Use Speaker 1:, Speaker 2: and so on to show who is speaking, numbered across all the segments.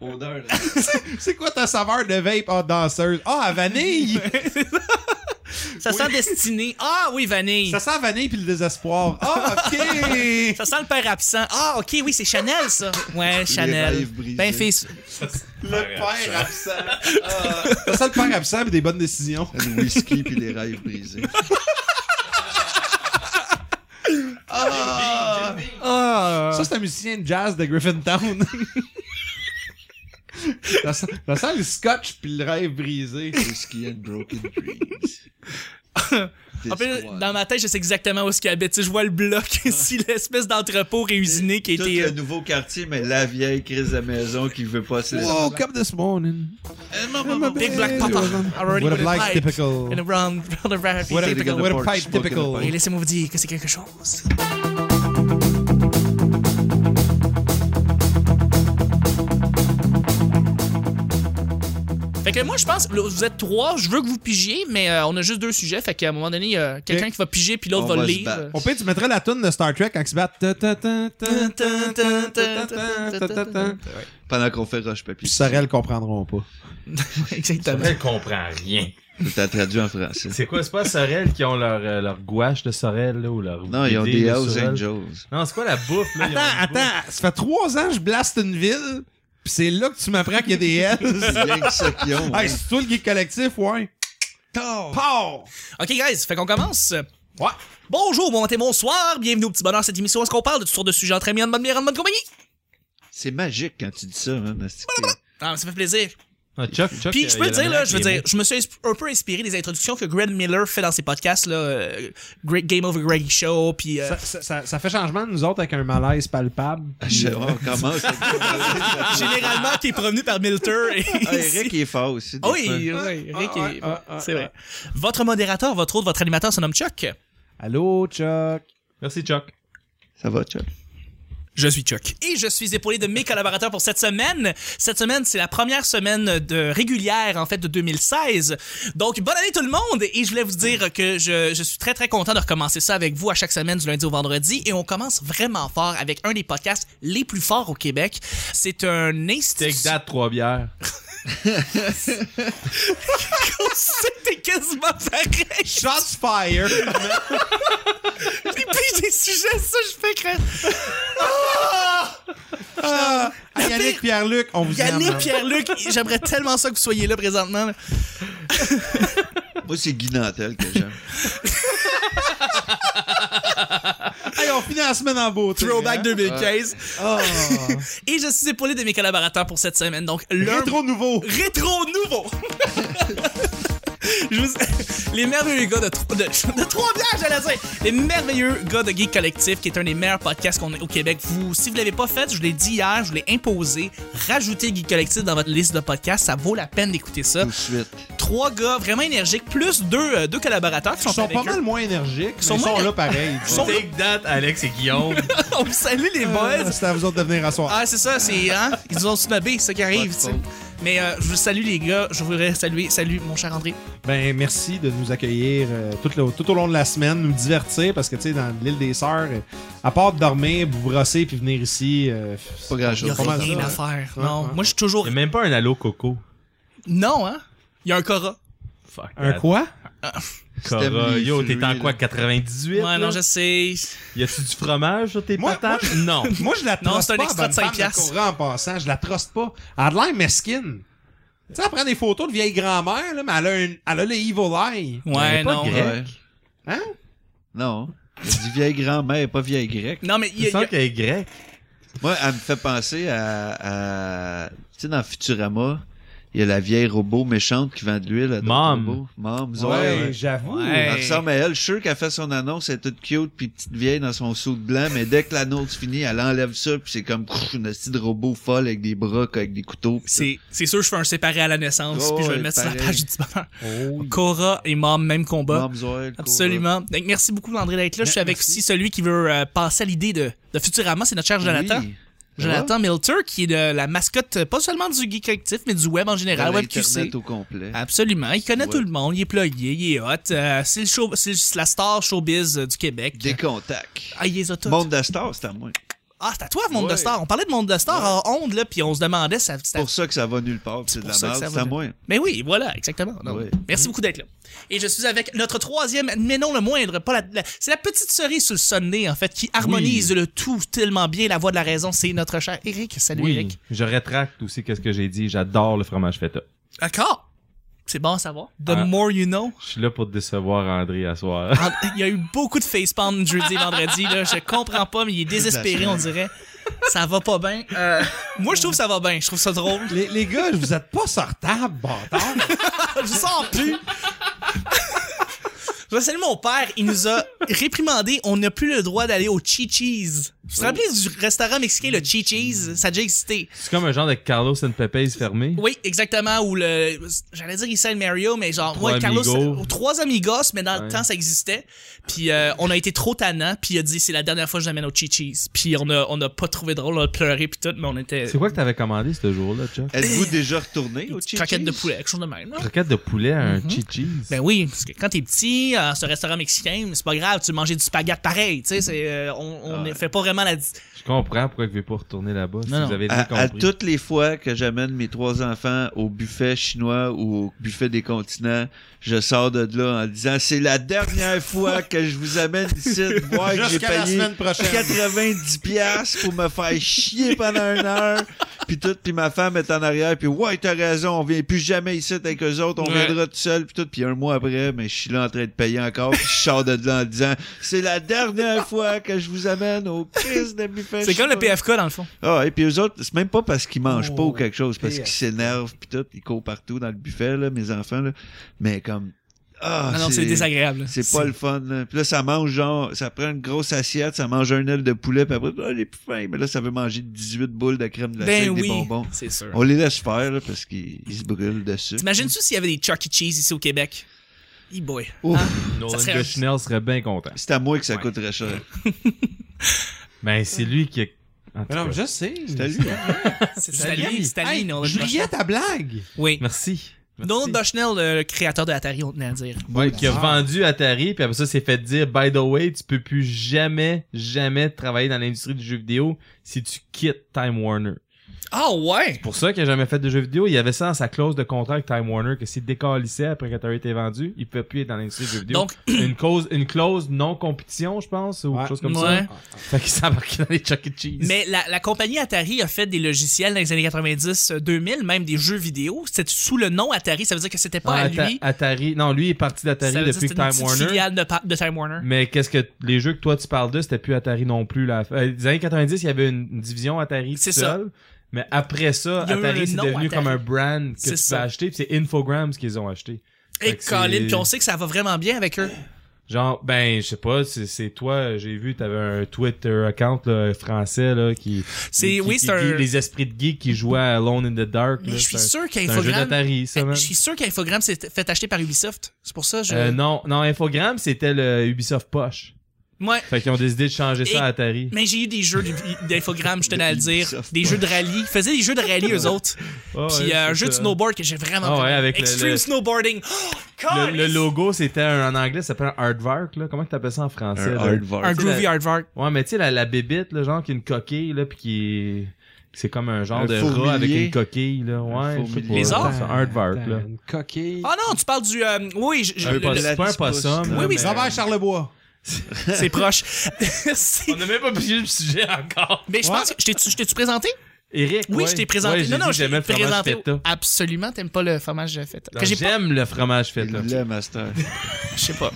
Speaker 1: Odeur.
Speaker 2: C'est quoi ta saveur de vape en danseuse? Ah, à vanille!
Speaker 3: Ça sent destiné. Ah oui, vanille.
Speaker 2: ça
Speaker 3: Ça,
Speaker 2: sent la vanille puis le désespoir. Ah, ok!
Speaker 3: sent le père absent. Ah ok, oui, c'est Chanel ça. Ouais, Chanel.
Speaker 1: rêves brisés.
Speaker 3: Ben fils.
Speaker 2: le père absent. Ah, ça sent le père absent et des bonnes décisions.
Speaker 1: Le whisky puis les rêves brisés.
Speaker 2: Ah.
Speaker 3: Ah.
Speaker 2: Ça, c'est un musicien de jazz de Griffintown. ça, sent, ça sent le scotch puis le rêve brisé.
Speaker 1: Whisky and broken dreams.
Speaker 3: En plus, dans ma tête, je sais exactement où ce qu'il habite. Tu sais, je vois le bloc ici, l'espèce d'entrepôt réusiné qui
Speaker 1: Tout
Speaker 3: était.
Speaker 1: le nouveau quartier, mais la vieille crise de maison qui veut pas se laisser.
Speaker 2: Woke up this morning.
Speaker 3: Eh, Big Black Papa. Already
Speaker 2: What a
Speaker 3: with a
Speaker 2: black
Speaker 3: pipe.
Speaker 2: typical.
Speaker 3: And around, round around,
Speaker 2: What a,
Speaker 3: typical.
Speaker 2: what a
Speaker 1: porch,
Speaker 2: pipe
Speaker 1: smoking the
Speaker 2: typical.
Speaker 1: pipe.
Speaker 3: Et laissez-moi vous dire que c'est quelque chose. Fait que moi, je pense, là, vous êtes trois, je veux que vous pigiez, mais euh, on a juste deux sujets. Fait qu'à un moment donné, il y a quelqu'un
Speaker 2: Ok.
Speaker 3: qui va piger, puis l'autre
Speaker 1: On
Speaker 3: va,
Speaker 1: va se
Speaker 3: lire.
Speaker 1: battre.
Speaker 2: On peut, tu mettrais la toune de Star Trek quand ils se battent. Ta, ta, ta, ta, ta, ta, ta, ta, ta, ta, ta.
Speaker 1: Pendant qu'on fait roche papier.
Speaker 2: Puis Sorel comprendront pas.
Speaker 3: Exactement.
Speaker 4: Sorel comprend rien.
Speaker 1: T'as traduit en français.
Speaker 4: C'est quoi, c'est pas Sorel qui ont leur, euh, leur gouache de Sorel, là, ou leur.
Speaker 1: Non, ils ont
Speaker 4: BD
Speaker 1: des
Speaker 4: de
Speaker 1: House
Speaker 4: Sorel.
Speaker 1: Angels.
Speaker 4: Non, c'est quoi la bouffe, là? Ils
Speaker 2: Attends,
Speaker 4: ont une bouffe.
Speaker 2: attends. Ça fait trois ans que je blaste une ville, puis c'est là que tu m'apprends qu'il y a des Hells.
Speaker 1: C'est bien que ça qu'ils ont. hein.
Speaker 2: hey, c'est toi le geek collectif, ouais. Pow!
Speaker 3: OK, guys, fait qu'on commence. Ouais. Bonjour, bon matin, bonsoir, bienvenue au Petit Bonheur, cette émission où est-ce qu'on parle de toutes sortes de sujets entre amis, en bonne bière, en bonne compagnie.
Speaker 1: C'est magique quand tu dis ça, hein, man. C'est-
Speaker 3: Ah, ça fait plaisir.
Speaker 4: Ah, Chuck, Chuck.
Speaker 3: Puis je peux le
Speaker 4: euh, il y a
Speaker 3: dire
Speaker 4: la
Speaker 3: là,
Speaker 4: menace
Speaker 3: je veux
Speaker 4: des
Speaker 3: dire, je me suis ins- un peu inspiré des introductions que Greg Miller fait dans ses podcasts là, euh, Great Game Over Greg Show, puis euh,
Speaker 2: Ça, ça- ça- ça fait changement de nous autres avec un malaise palpable.
Speaker 1: Ah, Je- On commence. avec-
Speaker 3: généralement qui est provenu par Milter. Et
Speaker 1: Ah, Eric il est fort aussi. des
Speaker 3: Ah oui,
Speaker 1: fois.
Speaker 3: oui, Eric
Speaker 2: ah,
Speaker 3: est-
Speaker 2: ah, ah,
Speaker 3: c'est vrai. Votre modérateur, votre autre, votre animateur se nomme Chuck.
Speaker 2: Allô, Chuck?
Speaker 4: mots. Merci, Chuck.
Speaker 1: Ça va, Chuck?
Speaker 3: Je suis Chuck. Et je suis épaulé de mes collaborateurs pour cette semaine. Cette semaine, c'est la première semaine de régulière, en fait, de 2016. Donc, bonne année tout le monde! Et je voulais vous dire que je, je suis très, très content de recommencer ça avec vous à chaque semaine, du lundi au vendredi. Et on commence vraiment fort avec un des podcasts les plus forts au Québec. C'est un
Speaker 4: Take
Speaker 3: institut.
Speaker 4: that, trois bières.
Speaker 3: C'était quasiment pareil. Je
Speaker 2: Shots fire!
Speaker 3: pige des sujets, ça, je fais craindre.
Speaker 2: Ah, ah, Yannick, Pierre-Luc, on vous aime.
Speaker 3: Yannick,
Speaker 2: hein.
Speaker 3: Pierre-Luc, j'aimerais tellement ça que vous soyez là présentement. là.
Speaker 1: Moi, c'est Guy Nantel que j'aime.
Speaker 2: hein. Hey, on finit la semaine en beauté.
Speaker 3: Throwback
Speaker 2: hein?
Speaker 3: 2015.
Speaker 2: Ah.
Speaker 3: Et je suis épaulé de mes collaborateurs pour cette semaine. Donc, l'un
Speaker 2: Rétro nouveau.
Speaker 3: Rétro nouveau! Je vous- Les merveilleux gars de, Tro- de, de Trois Bières, j'allais dire! Les merveilleux gars de Geek Collectif, qui est un des meilleurs podcasts qu'on a au Québec. Vous, si vous l'avez pas fait, je vous l'ai dit hier, je vous l'ai imposé. Rajoutez Geek Collectif dans votre liste de podcasts, ça vaut la peine d'écouter ça.
Speaker 1: Tout
Speaker 2: Mm.
Speaker 1: de suite.
Speaker 3: Trois gars vraiment énergiques, plus deux, euh, deux collaborateurs qui sont,
Speaker 2: Ils sont
Speaker 3: avec
Speaker 2: pas mal moins énergiques, mais
Speaker 3: sont
Speaker 2: ils sont
Speaker 3: moins-
Speaker 2: là pareil.
Speaker 3: Ils sont-
Speaker 4: Take that, Alex et Guillaume.
Speaker 3: eux. On vous salue les boys!
Speaker 2: Ah, C'est à vous autres de venir asseoir.
Speaker 3: Ah, c'est ça, c'est. Hein? Ils nous ont snobé, c'est ça qui arrive,
Speaker 1: Pas de
Speaker 3: tu sais.
Speaker 1: faute.
Speaker 3: Mais euh, je vous salue, les gars. Je voudrais saluer. Salut, mon cher André.
Speaker 2: Ben, merci de nous accueillir euh, tout, le- tout au long de la semaine, nous divertir, parce que, tu sais, dans l'île des Sœurs, euh, à part de dormir, vous brosser puis venir ici... euh,
Speaker 1: Pas grand-chose.
Speaker 3: Il y a
Speaker 2: Pas mal
Speaker 3: rien
Speaker 2: ça,
Speaker 3: à
Speaker 2: ouais.
Speaker 3: faire.
Speaker 2: Ouais,
Speaker 3: Non,
Speaker 2: ouais,
Speaker 3: moi, je suis toujours.
Speaker 4: Il y a même pas un halo coco.
Speaker 3: Non, hein? Il y a un Cora.
Speaker 4: Fuck.
Speaker 2: un
Speaker 4: that.
Speaker 2: quoi?
Speaker 4: Cora,
Speaker 1: Stem
Speaker 4: yo,
Speaker 1: Lee
Speaker 4: t'es en
Speaker 1: Fury,
Speaker 4: quoi,
Speaker 1: là.
Speaker 4: 98?
Speaker 3: Ouais, non,
Speaker 4: là?
Speaker 3: je sais.
Speaker 4: Y a-tu du fromage sur tes
Speaker 2: Moi-
Speaker 4: patates? Non.
Speaker 2: Moi, je la
Speaker 3: Non,
Speaker 2: trosse
Speaker 3: c'est un
Speaker 2: pas,
Speaker 3: extra de
Speaker 2: bonne
Speaker 3: cinq
Speaker 2: femme
Speaker 3: piastres.
Speaker 2: Cora, en passant. Je la troste pas. Elle a de l'air mesquine. Tu sais, elle prend des photos de vieille grand-mère, là, mais elle a, une- elle a le evil eye.
Speaker 3: Ouais,
Speaker 4: est pas
Speaker 3: non.
Speaker 4: grec.
Speaker 1: Ouais.
Speaker 2: Hein?
Speaker 1: Non. Je dis vieille grand-mère, pas vieille grecque.
Speaker 3: Non, mais il y a. il
Speaker 4: Je
Speaker 3: y
Speaker 4: sens
Speaker 3: a-
Speaker 4: qu'elle est grecque.
Speaker 1: Moi, elle me fait penser à. à- Tu sais, dans Futurama, il y a la vieille robot méchante qui vend de l'huile. à d'autres
Speaker 4: Mom.
Speaker 1: robots. Mom,
Speaker 2: Ouais,
Speaker 1: Zoé.
Speaker 2: j'avoue.
Speaker 3: Ouais.
Speaker 1: Elle ressemble à elle. Je suis sûr qu'elle fait son annonce, elle est toute cute, puis petite vieille dans son saut de blanc, mais dès que l'annonce finit, elle enlève ça, puis c'est comme pff, une hostie de robot folle avec des bras, avec des couteaux. puis
Speaker 3: C'est c'est sûr, je fais un séparé à la naissance,
Speaker 1: Oh,
Speaker 3: puis je vais
Speaker 1: ouais,
Speaker 3: le mettre sur la
Speaker 1: pareil.
Speaker 3: page du petit bonheur.
Speaker 2: Oh,
Speaker 3: Cora et Mom, même
Speaker 1: tout.
Speaker 3: combat.
Speaker 1: Mom, Zoé, le
Speaker 3: Absolument. Donc, merci beaucoup, André, d'être là. Je suis avec aussi celui qui veut euh, passer à l'idée de, de Futurama, c'est notre cher
Speaker 1: cobra.
Speaker 3: Jonathan.
Speaker 1: Oui.
Speaker 3: Jonathan Milter, qui est de la mascotte, euh, pas seulement du Geek Collectif, mais du web en
Speaker 1: Ça va?
Speaker 3: général,
Speaker 1: De
Speaker 3: WebQC.
Speaker 1: l'Internet au complet.
Speaker 3: Absolument. Il connaît
Speaker 1: Ouais.
Speaker 3: tout le monde, il est plugué, il est hot. Euh, c'est le show- c'est la star showbiz euh, du Québec.
Speaker 1: Des contacts.
Speaker 3: Ah, il les a toutes.
Speaker 1: Monde d'Astor, c'est à moi.
Speaker 3: Ah, c'est à toi, Monde
Speaker 1: Ouais.
Speaker 3: de Star. On parlait de Monde de Star en ondes, là, puis on se demandait ça.
Speaker 1: C'est pour ça que ça va nulle part, c'est de
Speaker 3: pour
Speaker 1: la
Speaker 3: ça que
Speaker 1: merde,
Speaker 3: ça
Speaker 1: c'est
Speaker 3: va
Speaker 1: à
Speaker 3: nulle-
Speaker 1: moi.
Speaker 3: Mais oui, voilà, exactement. Donc,
Speaker 1: Ouais.
Speaker 3: Merci beaucoup d'être là. Et je suis avec notre troisième, mais non le moindre, pas la- la- c'est la petite cerise sur le sonnet, en fait, qui harmonise le tout tellement bien. La voix de la raison, c'est notre cher Eric. Salut, Eric.
Speaker 4: Je rétracte aussi qu'est-ce que j'ai dit. J'adore le fromage feta.
Speaker 3: D'accord. C'est bon à savoir. The
Speaker 4: Ah.
Speaker 3: more you know.
Speaker 4: Je suis là pour décevoir André à soir.
Speaker 3: En- Il y a eu beaucoup de facepalm jeudi et vendredi. Là. Je comprends pas, mais il est désespéré, on dirait. Ça va pas bien. Euh, moi, je trouve que ça va bien. Je trouve ça drôle.
Speaker 2: Les, les gars, vous êtes pas sortables, bâtard.
Speaker 3: Je sens plus. Je vais saluer mon père. Il nous a réprimandé. On n'a plus le droit d'aller au Chi-Cheese. Vous vous rappelez du restaurant mexicain, le Chi-Cheese? Ça a déjà existé.
Speaker 4: C'est comme un genre de Carlos and Pepe's fermé.
Speaker 3: Oui, exactement. Ou le. J'allais dire Issa et Mario, mais genre,
Speaker 4: Trois
Speaker 3: moi, Carlos.
Speaker 4: amigos.
Speaker 3: euh, Trois amigos, mais dans le
Speaker 4: Ouais.
Speaker 3: temps, ça existait. Puis euh, on a été trop tannant. Puis il a dit, c'est la dernière fois que j'amène au Chi-Cheese. Puis on a, on a pas trouvé drôle, on a pleuré, puis tout, mais on était.
Speaker 4: C'est quoi que t'avais commandé ce jour-là, Chuck?
Speaker 1: Êtes-vous déjà retourné au Chi-Chi's?
Speaker 3: Croquette de poulet, quelque chose de même. là.
Speaker 4: Croquette de poulet à un chi-cheese.
Speaker 3: Ben oui, parce que quand t'es petit, à ce restaurant mexicain, c'est pas grave, tu mangeais du spaghette pareil, tu sais, c'est, euh, on, on
Speaker 1: Ouais.
Speaker 3: fait pas vraiment la... di-
Speaker 4: Je comprends pourquoi vous ne pas retourner là-bas. Si
Speaker 3: Non,
Speaker 4: vous
Speaker 3: non.
Speaker 4: avez
Speaker 1: À,
Speaker 4: déjà
Speaker 1: à
Speaker 4: compris.
Speaker 1: toutes les fois que j'amène mes trois enfants au buffet chinois ou au buffet des continents, je sors de là en disant c'est la dernière fois que je vous amène ici de voir que j'ai
Speaker 2: Jusqu'à la
Speaker 1: payé
Speaker 2: semaine prochaine.
Speaker 1: 90 piastres pour me faire chier pendant une heure. Puis tout, puis ma femme est en arrière, puis ouais, t'as raison, on vient plus jamais ici avec eux autres, on
Speaker 3: Ouais.
Speaker 1: viendra tout seul, puis tout, puis un mois après, mais je suis là en train de payer encore, puis je sors de là en disant, c'est la dernière fois que je vous amène au Christ de buffet.
Speaker 3: C'est comme le
Speaker 1: chinois.
Speaker 3: PFK, dans le fond.
Speaker 1: Ah, et puis eux autres, c'est même pas parce qu'ils mangent pas
Speaker 2: Oh,
Speaker 1: ou quelque chose, parce
Speaker 2: pire.
Speaker 1: qu'ils s'énervent pis tout, ils courent partout dans le buffet, là, mes enfants, là. Mais comme, ah,
Speaker 3: non, non, c'est désagréable.
Speaker 1: C'est pas le fun, là. Puis là, ça mange genre, ça prend une grosse assiette, ça mange un aile de poulet, puis après, ah, les plus fins. Mais là, ça veut manger 18 boules de crème glacée
Speaker 3: Ben
Speaker 1: avec des
Speaker 3: oui,
Speaker 1: bonbons.
Speaker 3: c'est sûr.
Speaker 1: On les laisse faire, là, parce qu'ils ils se brûlent dessus.
Speaker 3: T'imagines-tu s'il y avait des Chuck E. Cheese ici au Québec? e boy.
Speaker 1: Ouf.
Speaker 4: Nolan
Speaker 3: Ça serait-
Speaker 4: Bushnell serait bien content.
Speaker 1: C'est à moi que ça
Speaker 4: Ouais.
Speaker 1: coûterait cher.
Speaker 4: Ben, c'est lui qui a... en tout
Speaker 2: Mais non,
Speaker 4: cas,
Speaker 2: mais je sais.
Speaker 1: C'est à lui. hein?
Speaker 3: Ah, C'est Stanley,
Speaker 2: Hey,
Speaker 3: Stanley, Nolan
Speaker 2: je riais à ta blague.
Speaker 3: Bushnell. Oui.
Speaker 4: Merci. Merci.
Speaker 3: Donald Bushnell, le créateur de Atari, on tenait à dire.
Speaker 4: Ouais, qui a
Speaker 2: Ah.
Speaker 4: vendu Atari, puis après ça, s'est fait dire, by the way, tu peux plus jamais, jamais travailler dans l'industrie du jeu vidéo si tu quittes Time Warner.
Speaker 3: Ah ouais!
Speaker 4: C'est pour ça qu'il a jamais fait de jeu vidéo. Il avait ça dans sa clause de contrat avec Time Warner que s'il décalissait après qu'Atari était vendu, il peut plus être dans l'industrie du jeu vidéo.
Speaker 3: Donc-
Speaker 4: une, cause, une clause non-compétition, je pense, ou
Speaker 2: Ouais.
Speaker 4: quelque chose comme
Speaker 3: Ouais.
Speaker 4: ça. Fait qu'il s'est embarqué dans les Chuck E. Cheese.
Speaker 3: Mais la, la compagnie Atari a fait des logiciels dans les années 90-2000, même des jeux vidéo. C'était sous le nom Atari, ça veut dire que c'était pas
Speaker 4: Ah,
Speaker 3: à
Speaker 4: Atta-
Speaker 3: lui.
Speaker 4: Atari. Non, lui, il est parti d'Atari
Speaker 3: Ça veut dire
Speaker 4: depuis que
Speaker 3: c'était une
Speaker 4: Time
Speaker 3: petite
Speaker 4: Warner.
Speaker 3: filiale de, pa- de Time Warner.
Speaker 4: Mais qu'est-ce que les jeux que toi tu parles de, c'était plus Atari non plus là. Euh, Les années 90, il y avait une une division Atari
Speaker 3: C'est
Speaker 4: seule.
Speaker 3: ça.
Speaker 4: Mais après ça,
Speaker 3: Il y a eu le
Speaker 4: Atari c'est
Speaker 3: nom
Speaker 4: devenu
Speaker 3: Atari.
Speaker 4: comme un brand que
Speaker 3: C'est
Speaker 4: tu
Speaker 3: ça.
Speaker 4: peux acheter, puis c'est Infogrames qu'ils ont acheté.
Speaker 3: Et
Speaker 4: Fait que
Speaker 3: Colin,
Speaker 4: c'est-
Speaker 3: puis on sait que ça va vraiment bien avec eux.
Speaker 4: Genre ben je sais pas, c'est- c'est toi, j'ai vu t'avais un Twitter account là, français là qui
Speaker 3: C'est-
Speaker 4: qui-
Speaker 3: oui,
Speaker 4: qui
Speaker 3: c'est un-
Speaker 4: guide les esprits de geek qui jouaient à Alone in the Dark.
Speaker 3: Mais
Speaker 4: là.
Speaker 3: je suis
Speaker 4: C'est un-
Speaker 3: sûr
Speaker 4: c'est un jeu
Speaker 3: qu'Infogramme. Eh,
Speaker 4: d'Atari, ça
Speaker 3: Je
Speaker 4: man.
Speaker 3: suis sûr qu'Infogramme s'est fait acheter par Ubisoft. C'est pour ça que je.
Speaker 4: Euh, non, non, Infogrames c'était le Ubisoft Poche.
Speaker 3: Ouais.
Speaker 4: Fait qu'ils ont décidé de changer
Speaker 3: Et-
Speaker 4: ça à Atari.
Speaker 3: Mais j'ai eu des jeux d'Ubi- d'Infogramme, je tenais à le dire.
Speaker 1: Ubisoft,
Speaker 3: Des jeux de rallye. Ils faisaient des jeux de rallye, eux autres.
Speaker 4: Ah,
Speaker 3: Puis
Speaker 4: ouais,
Speaker 3: euh, un
Speaker 4: c'est
Speaker 3: jeu de
Speaker 4: ça.
Speaker 3: snowboard que j'ai vraiment.
Speaker 4: Ah ouais,
Speaker 3: aimé.
Speaker 4: avec le-
Speaker 3: Extreme
Speaker 4: le-
Speaker 3: snowboarding. Oh,
Speaker 4: Le,
Speaker 3: God!
Speaker 4: le logo, c'était un- en anglais, ça s'appelle un hardvark, là. Comment que t'appelles ça en français?
Speaker 1: Un
Speaker 4: là?
Speaker 1: hardware.
Speaker 3: Un
Speaker 4: Tu sais,
Speaker 3: groovy
Speaker 4: la-
Speaker 3: hardware.
Speaker 4: Ouais, mais tu sais, la, la bébite, là, genre, qui a une coquille, là, pis qui est... C'est comme un genre
Speaker 1: Un
Speaker 4: de
Speaker 1: fourmilier.
Speaker 4: rat avec une coquille, là.
Speaker 1: Un
Speaker 4: Ouais, je sais
Speaker 1: fourmilier.
Speaker 4: pas.
Speaker 3: Les
Speaker 4: Attends,
Speaker 3: arts?
Speaker 4: c'est Un hardvark, là.
Speaker 2: Une coquille.
Speaker 3: Ah non, tu parles du. euh, oui, je- je-
Speaker 4: Un
Speaker 3: le-
Speaker 4: possum.
Speaker 3: le-
Speaker 4: C'est pas un possum.
Speaker 1: platypus,
Speaker 4: là,
Speaker 3: oui,
Speaker 4: mais-
Speaker 2: Ça va, Charlebois.
Speaker 3: c'est proche. Merci.
Speaker 4: On n'a même pas pris le sujet encore.
Speaker 3: Mais je pense que. Je t'ai- je t'ai-tu présenté?
Speaker 4: Eric,
Speaker 3: Oui,
Speaker 4: ouais.
Speaker 3: je t'ai présenté.
Speaker 4: Ouais, j'ai
Speaker 3: non, non,
Speaker 4: dit,
Speaker 3: je
Speaker 4: j'aimais
Speaker 3: t'ai
Speaker 4: le fromage
Speaker 3: présenté.
Speaker 4: feta.
Speaker 3: Absolument, t'aimes pas le fromage feta.
Speaker 4: Non,
Speaker 3: Que j'ai pas-
Speaker 4: J'aime le fromage feta.
Speaker 1: Il l'a, master.
Speaker 3: Je sais pas.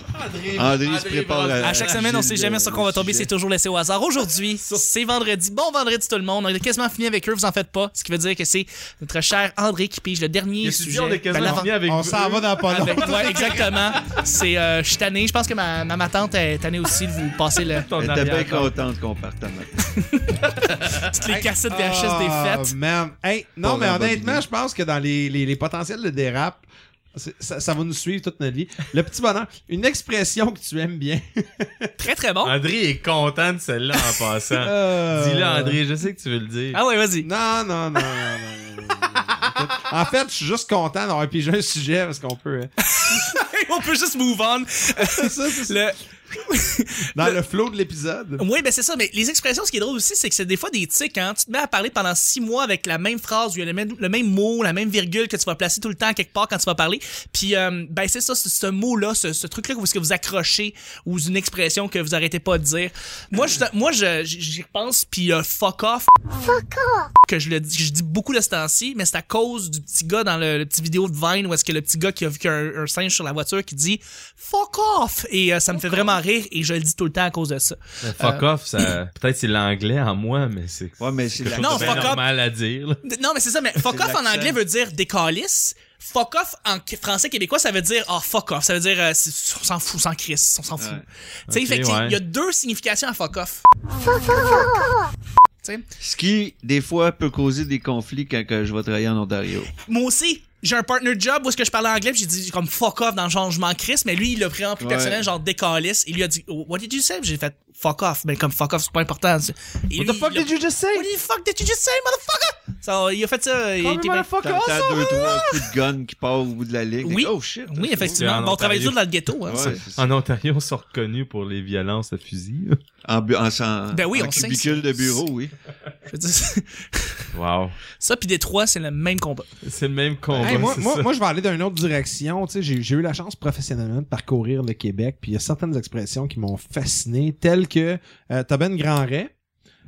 Speaker 1: André, il se prépare
Speaker 3: À chaque semaine, on sait jamais sur quoi on va tomber, c'est toujours laissé au hasard. Aujourd'hui, c'est vendredi. Bon vendredi tout le monde. On a quasiment fini avec eux, vous en faites pas. Ce qui veut dire que c'est notre cher André qui pige le dernier sujet.
Speaker 4: on est
Speaker 3: Ben, l'avant-
Speaker 4: quasiment fini avec
Speaker 2: On s'en va dans pas
Speaker 3: avec-
Speaker 2: longtemps.
Speaker 3: ouais, exactement. C'est euh, je suis tanné. Je pense que ma, ma, ma tante est tannée aussi de vous passer le,
Speaker 4: ton
Speaker 1: Elle était bien
Speaker 4: arrière-plan.
Speaker 1: contente qu'on parte à matin.
Speaker 3: toutes les cassettes VHS des
Speaker 2: Ah,
Speaker 3: fêtes.
Speaker 2: man. Hey, non,
Speaker 1: Pas
Speaker 2: mais
Speaker 1: vraiment bonne
Speaker 2: honnêtement,
Speaker 1: idée.
Speaker 2: je pense que dans les, les, les potentiels de dérap, c'est- ça, ça va nous suivre toute notre vie. Le petit bonheur, une expression que tu aimes bien.
Speaker 3: Très très bon.
Speaker 4: André est content de celle-là en passant.
Speaker 2: Euh,
Speaker 4: Dis-le, André, je sais que tu veux le dire.
Speaker 3: Ah ouais, vas-y.
Speaker 2: Non, non, non, non, non, non, non. En fait, je suis juste content d'avoir pigé un sujet parce qu'on peut. hein.
Speaker 3: on peut juste move on.
Speaker 2: C'est ça, c'est ça.
Speaker 3: Le,
Speaker 2: Dans le flow de l'épisode.
Speaker 3: Oui, ben c'est ça. Mais les expressions, ce qui est drôle aussi, c'est que c'est des fois des tics. Hein. Tu te mets à parler pendant six mois avec la même phrase, où il y a le même, le même mot, la même virgule que tu vas placer tout le temps quelque part quand tu vas parler. Puis, euh, ben c'est ça, ce, ce mot-là, ce, ce truc-là que vous, que vous accrochez ou une expression que vous arrêtez pas de dire. Moi, je, moi, je, j'y repense. Puis, euh, fuck off. Fuck off. Que je le dis, je dis beaucoup de ce temps-ci, mais c'est à cause du petit gars dans le, le petit vidéo de Vine où est-ce que le petit gars qui a vu qu'un un singe sur la voiture qui dit fuck off. Et euh, ça me fait vraiment rire et je le dis tout le temps à cause de ça.
Speaker 4: Mais fuck off, ça... peut-être c'est l'anglais en moi, mais c'est
Speaker 1: Ouais, mais c'est la-
Speaker 4: quelque
Speaker 3: Non,
Speaker 4: chose de bien
Speaker 3: fuck up.
Speaker 4: normal à dire. là.
Speaker 3: D- Non, mais c'est ça, mais fuck
Speaker 1: C'est
Speaker 3: off en
Speaker 1: l'accent.
Speaker 3: anglais veut dire décalisse. Fuck off en qu- français québécois, ça veut dire oh fuck off. Ça veut dire euh, c'est- on s'en fout, on s'en crisse, on s'en fout.
Speaker 1: Ouais.
Speaker 3: Tu sais,
Speaker 4: Ok,
Speaker 3: fait qu'il
Speaker 4: ouais.
Speaker 3: y a deux significations à fuck off. Tu sais,
Speaker 1: Ce qui, des fois, peut causer des conflits quand que je vais travailler en Ontario.
Speaker 3: Moi aussi, j'ai un partner job où est-ce que je parlais anglais, puis j'ai dit comme fuck off dans le genre je m'en crisse, mais lui il l'a pris en plus
Speaker 1: Ouais.
Speaker 3: personnel, genre décalisse. Il lui a dit oh, what did you say? Puis J'ai fait fuck off, mais comme fuck off c'est pas important. Et lui, il a-
Speaker 4: you just say?
Speaker 3: What the fuck did you just say, motherfucker? Ça, il a fait ça. il a été bien-
Speaker 1: T'as t'as deux, trois coups de gun qui partent au bout de la ligue.
Speaker 3: Oui.
Speaker 1: Oh shit.
Speaker 3: Oui,
Speaker 4: C'est
Speaker 3: effectivement.
Speaker 4: en
Speaker 3: Bon, on travaille
Speaker 4: Ontario.
Speaker 3: dur dans le ghetto. Hein,
Speaker 1: Ouais,
Speaker 3: ça.
Speaker 1: c'est ça.
Speaker 4: En Ontario, on sont reconnus pour les violences à fusil.
Speaker 1: En, bu- en, en-
Speaker 3: Ben oui,
Speaker 1: en
Speaker 3: on sait que
Speaker 1: cubicule de bureau, oui.
Speaker 3: Je veux dire,
Speaker 4: Wow.
Speaker 3: ça puis Détroit, c'est le même combat.
Speaker 4: C'est le même combat,
Speaker 2: Hey, moi,
Speaker 4: ben, c'est
Speaker 2: moi,
Speaker 4: ça.
Speaker 2: moi, je vais aller dans une autre direction. Tu sais, J'ai j'ai eu la chance professionnellement de parcourir le Québec, puis il y a certaines expressions qui m'ont fasciné, telles que euh, t'as ben une grand raie.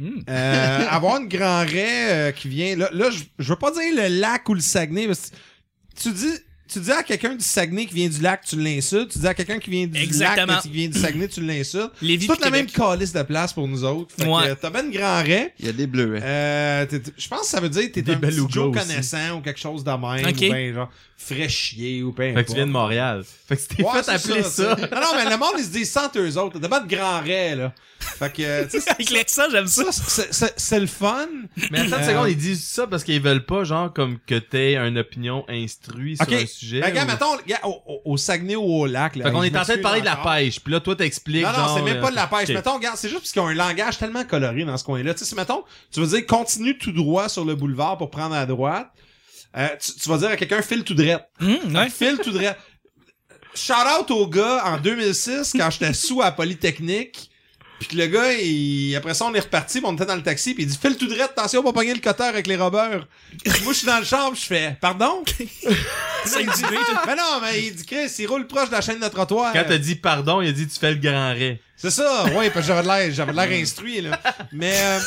Speaker 3: Hmm.
Speaker 2: Euh, avoir une grand raie euh, qui vient. Là, là, je- je veux pas dire le lac ou le Saguenay. Parce que tu dis. Tu dis à quelqu'un du Saguenay qui vient du lac, tu l'insultes. Tu dis à quelqu'un qui vient du
Speaker 3: Exactement.
Speaker 2: lac, qui vient du Saguenay, tu l'insultes. C'est
Speaker 3: Lévis puis
Speaker 2: toute la même
Speaker 3: Québec.
Speaker 2: calice de place pour nous autres. Fait que,
Speaker 3: Ouais.
Speaker 2: euh, t'as ben une grand raie.
Speaker 1: Il y a des bleus.
Speaker 3: Ben
Speaker 2: Euh, t'es- t'es- je pense que ça veut dire que t'es
Speaker 4: Des
Speaker 2: un petit
Speaker 4: belugas
Speaker 2: Joe
Speaker 4: aussi.
Speaker 2: connaissant ou quelque chose de même.
Speaker 3: Ok.
Speaker 2: Ou ben, genre, fraîchier ou peu
Speaker 4: Fait que tu viens de
Speaker 2: importe.
Speaker 4: Montréal. Fait que c'était
Speaker 2: Ouais,
Speaker 4: fait
Speaker 2: c'est
Speaker 4: appeler ça.
Speaker 2: tu sais. non, non, mais le monde, ils se disent sans eux autres. T'as pas de grand raie, là. Fait que, euh, tu sais,
Speaker 3: Avec l'accent, j'aime ça.
Speaker 2: ça, c'est- c'est- c'est le fun.
Speaker 4: Mais attends une
Speaker 2: Euh,
Speaker 4: seconde, ils disent ça parce qu'ils veulent pas, genre, comme que t'aies une opinion instruite
Speaker 2: Ok.
Speaker 4: sur un sujet.
Speaker 2: Mais regarde,
Speaker 4: ou-
Speaker 2: mettons, regarde, au, au- au Saguenay ou au lac, là.
Speaker 4: Fait qu'on
Speaker 2: je
Speaker 4: est en train de
Speaker 2: m'excuse
Speaker 4: parler de la
Speaker 2: encore.
Speaker 4: pêche, puis là, toi, t'expliques.
Speaker 2: Non, non,
Speaker 4: genre,
Speaker 2: c'est même pas de la pêche.
Speaker 4: euh,
Speaker 2: Mettons, regarde, c'est juste parce qu'ils ont un langage tellement coloré dans ce coin-là. Tu sais, c'est, mettons, tu veux dire, continue tout droit sur le boulevard pour prendre à droite. Euh, tu, tu vas dire à quelqu'un, file tout droit.
Speaker 3: Hmm, ouais.
Speaker 2: Phil tout droit. Shout out au gars en 2006 quand j'étais sous à Polytechnique. Puis que le gars, il... après ça, on est reparti, puis on était dans le taxi, puis il dit Phil tout droit, attention, on va pogner le cutter avec les robbers. Puis Moi, je suis dans le chambre, je fais Pardon
Speaker 3: Ça, il dit-
Speaker 2: Mais non, mais il dit Chris, il roule proche de la chaîne de trottoir.
Speaker 4: Quand t'as dit pardon, il a dit tu fais le grand raid.
Speaker 2: C'est ça, oui, parce que j'avais de l'air, j'avais de l'air instruit, là. Mais. euh,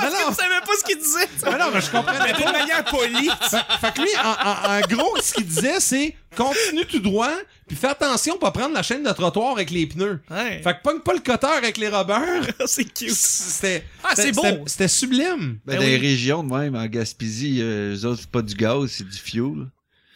Speaker 2: mais
Speaker 3: Je
Speaker 2: non,
Speaker 3: savais pas ce qu'il disait.
Speaker 2: mais Ah non, mais je comprends.
Speaker 3: Mais d'une manière polie.
Speaker 2: Fait, fait que lui, en, en- en gros, ce qu'il disait, c'est continue tout droit, puis fais attention, pas prendre la chaîne de trottoir avec les pneus.
Speaker 3: Ouais.
Speaker 2: Fait que pogne pas le cutter avec les robbers.
Speaker 3: c'est cute.
Speaker 2: C'était.
Speaker 3: Ah,
Speaker 2: c'était-
Speaker 3: c'est beau.
Speaker 2: c'était- C'était sublime.
Speaker 1: Ben,
Speaker 3: Ben
Speaker 1: dans
Speaker 3: oui.
Speaker 1: les régions, de même, en Gaspésie, euh, eux autres, c'est pas du gaz, c'est du fuel.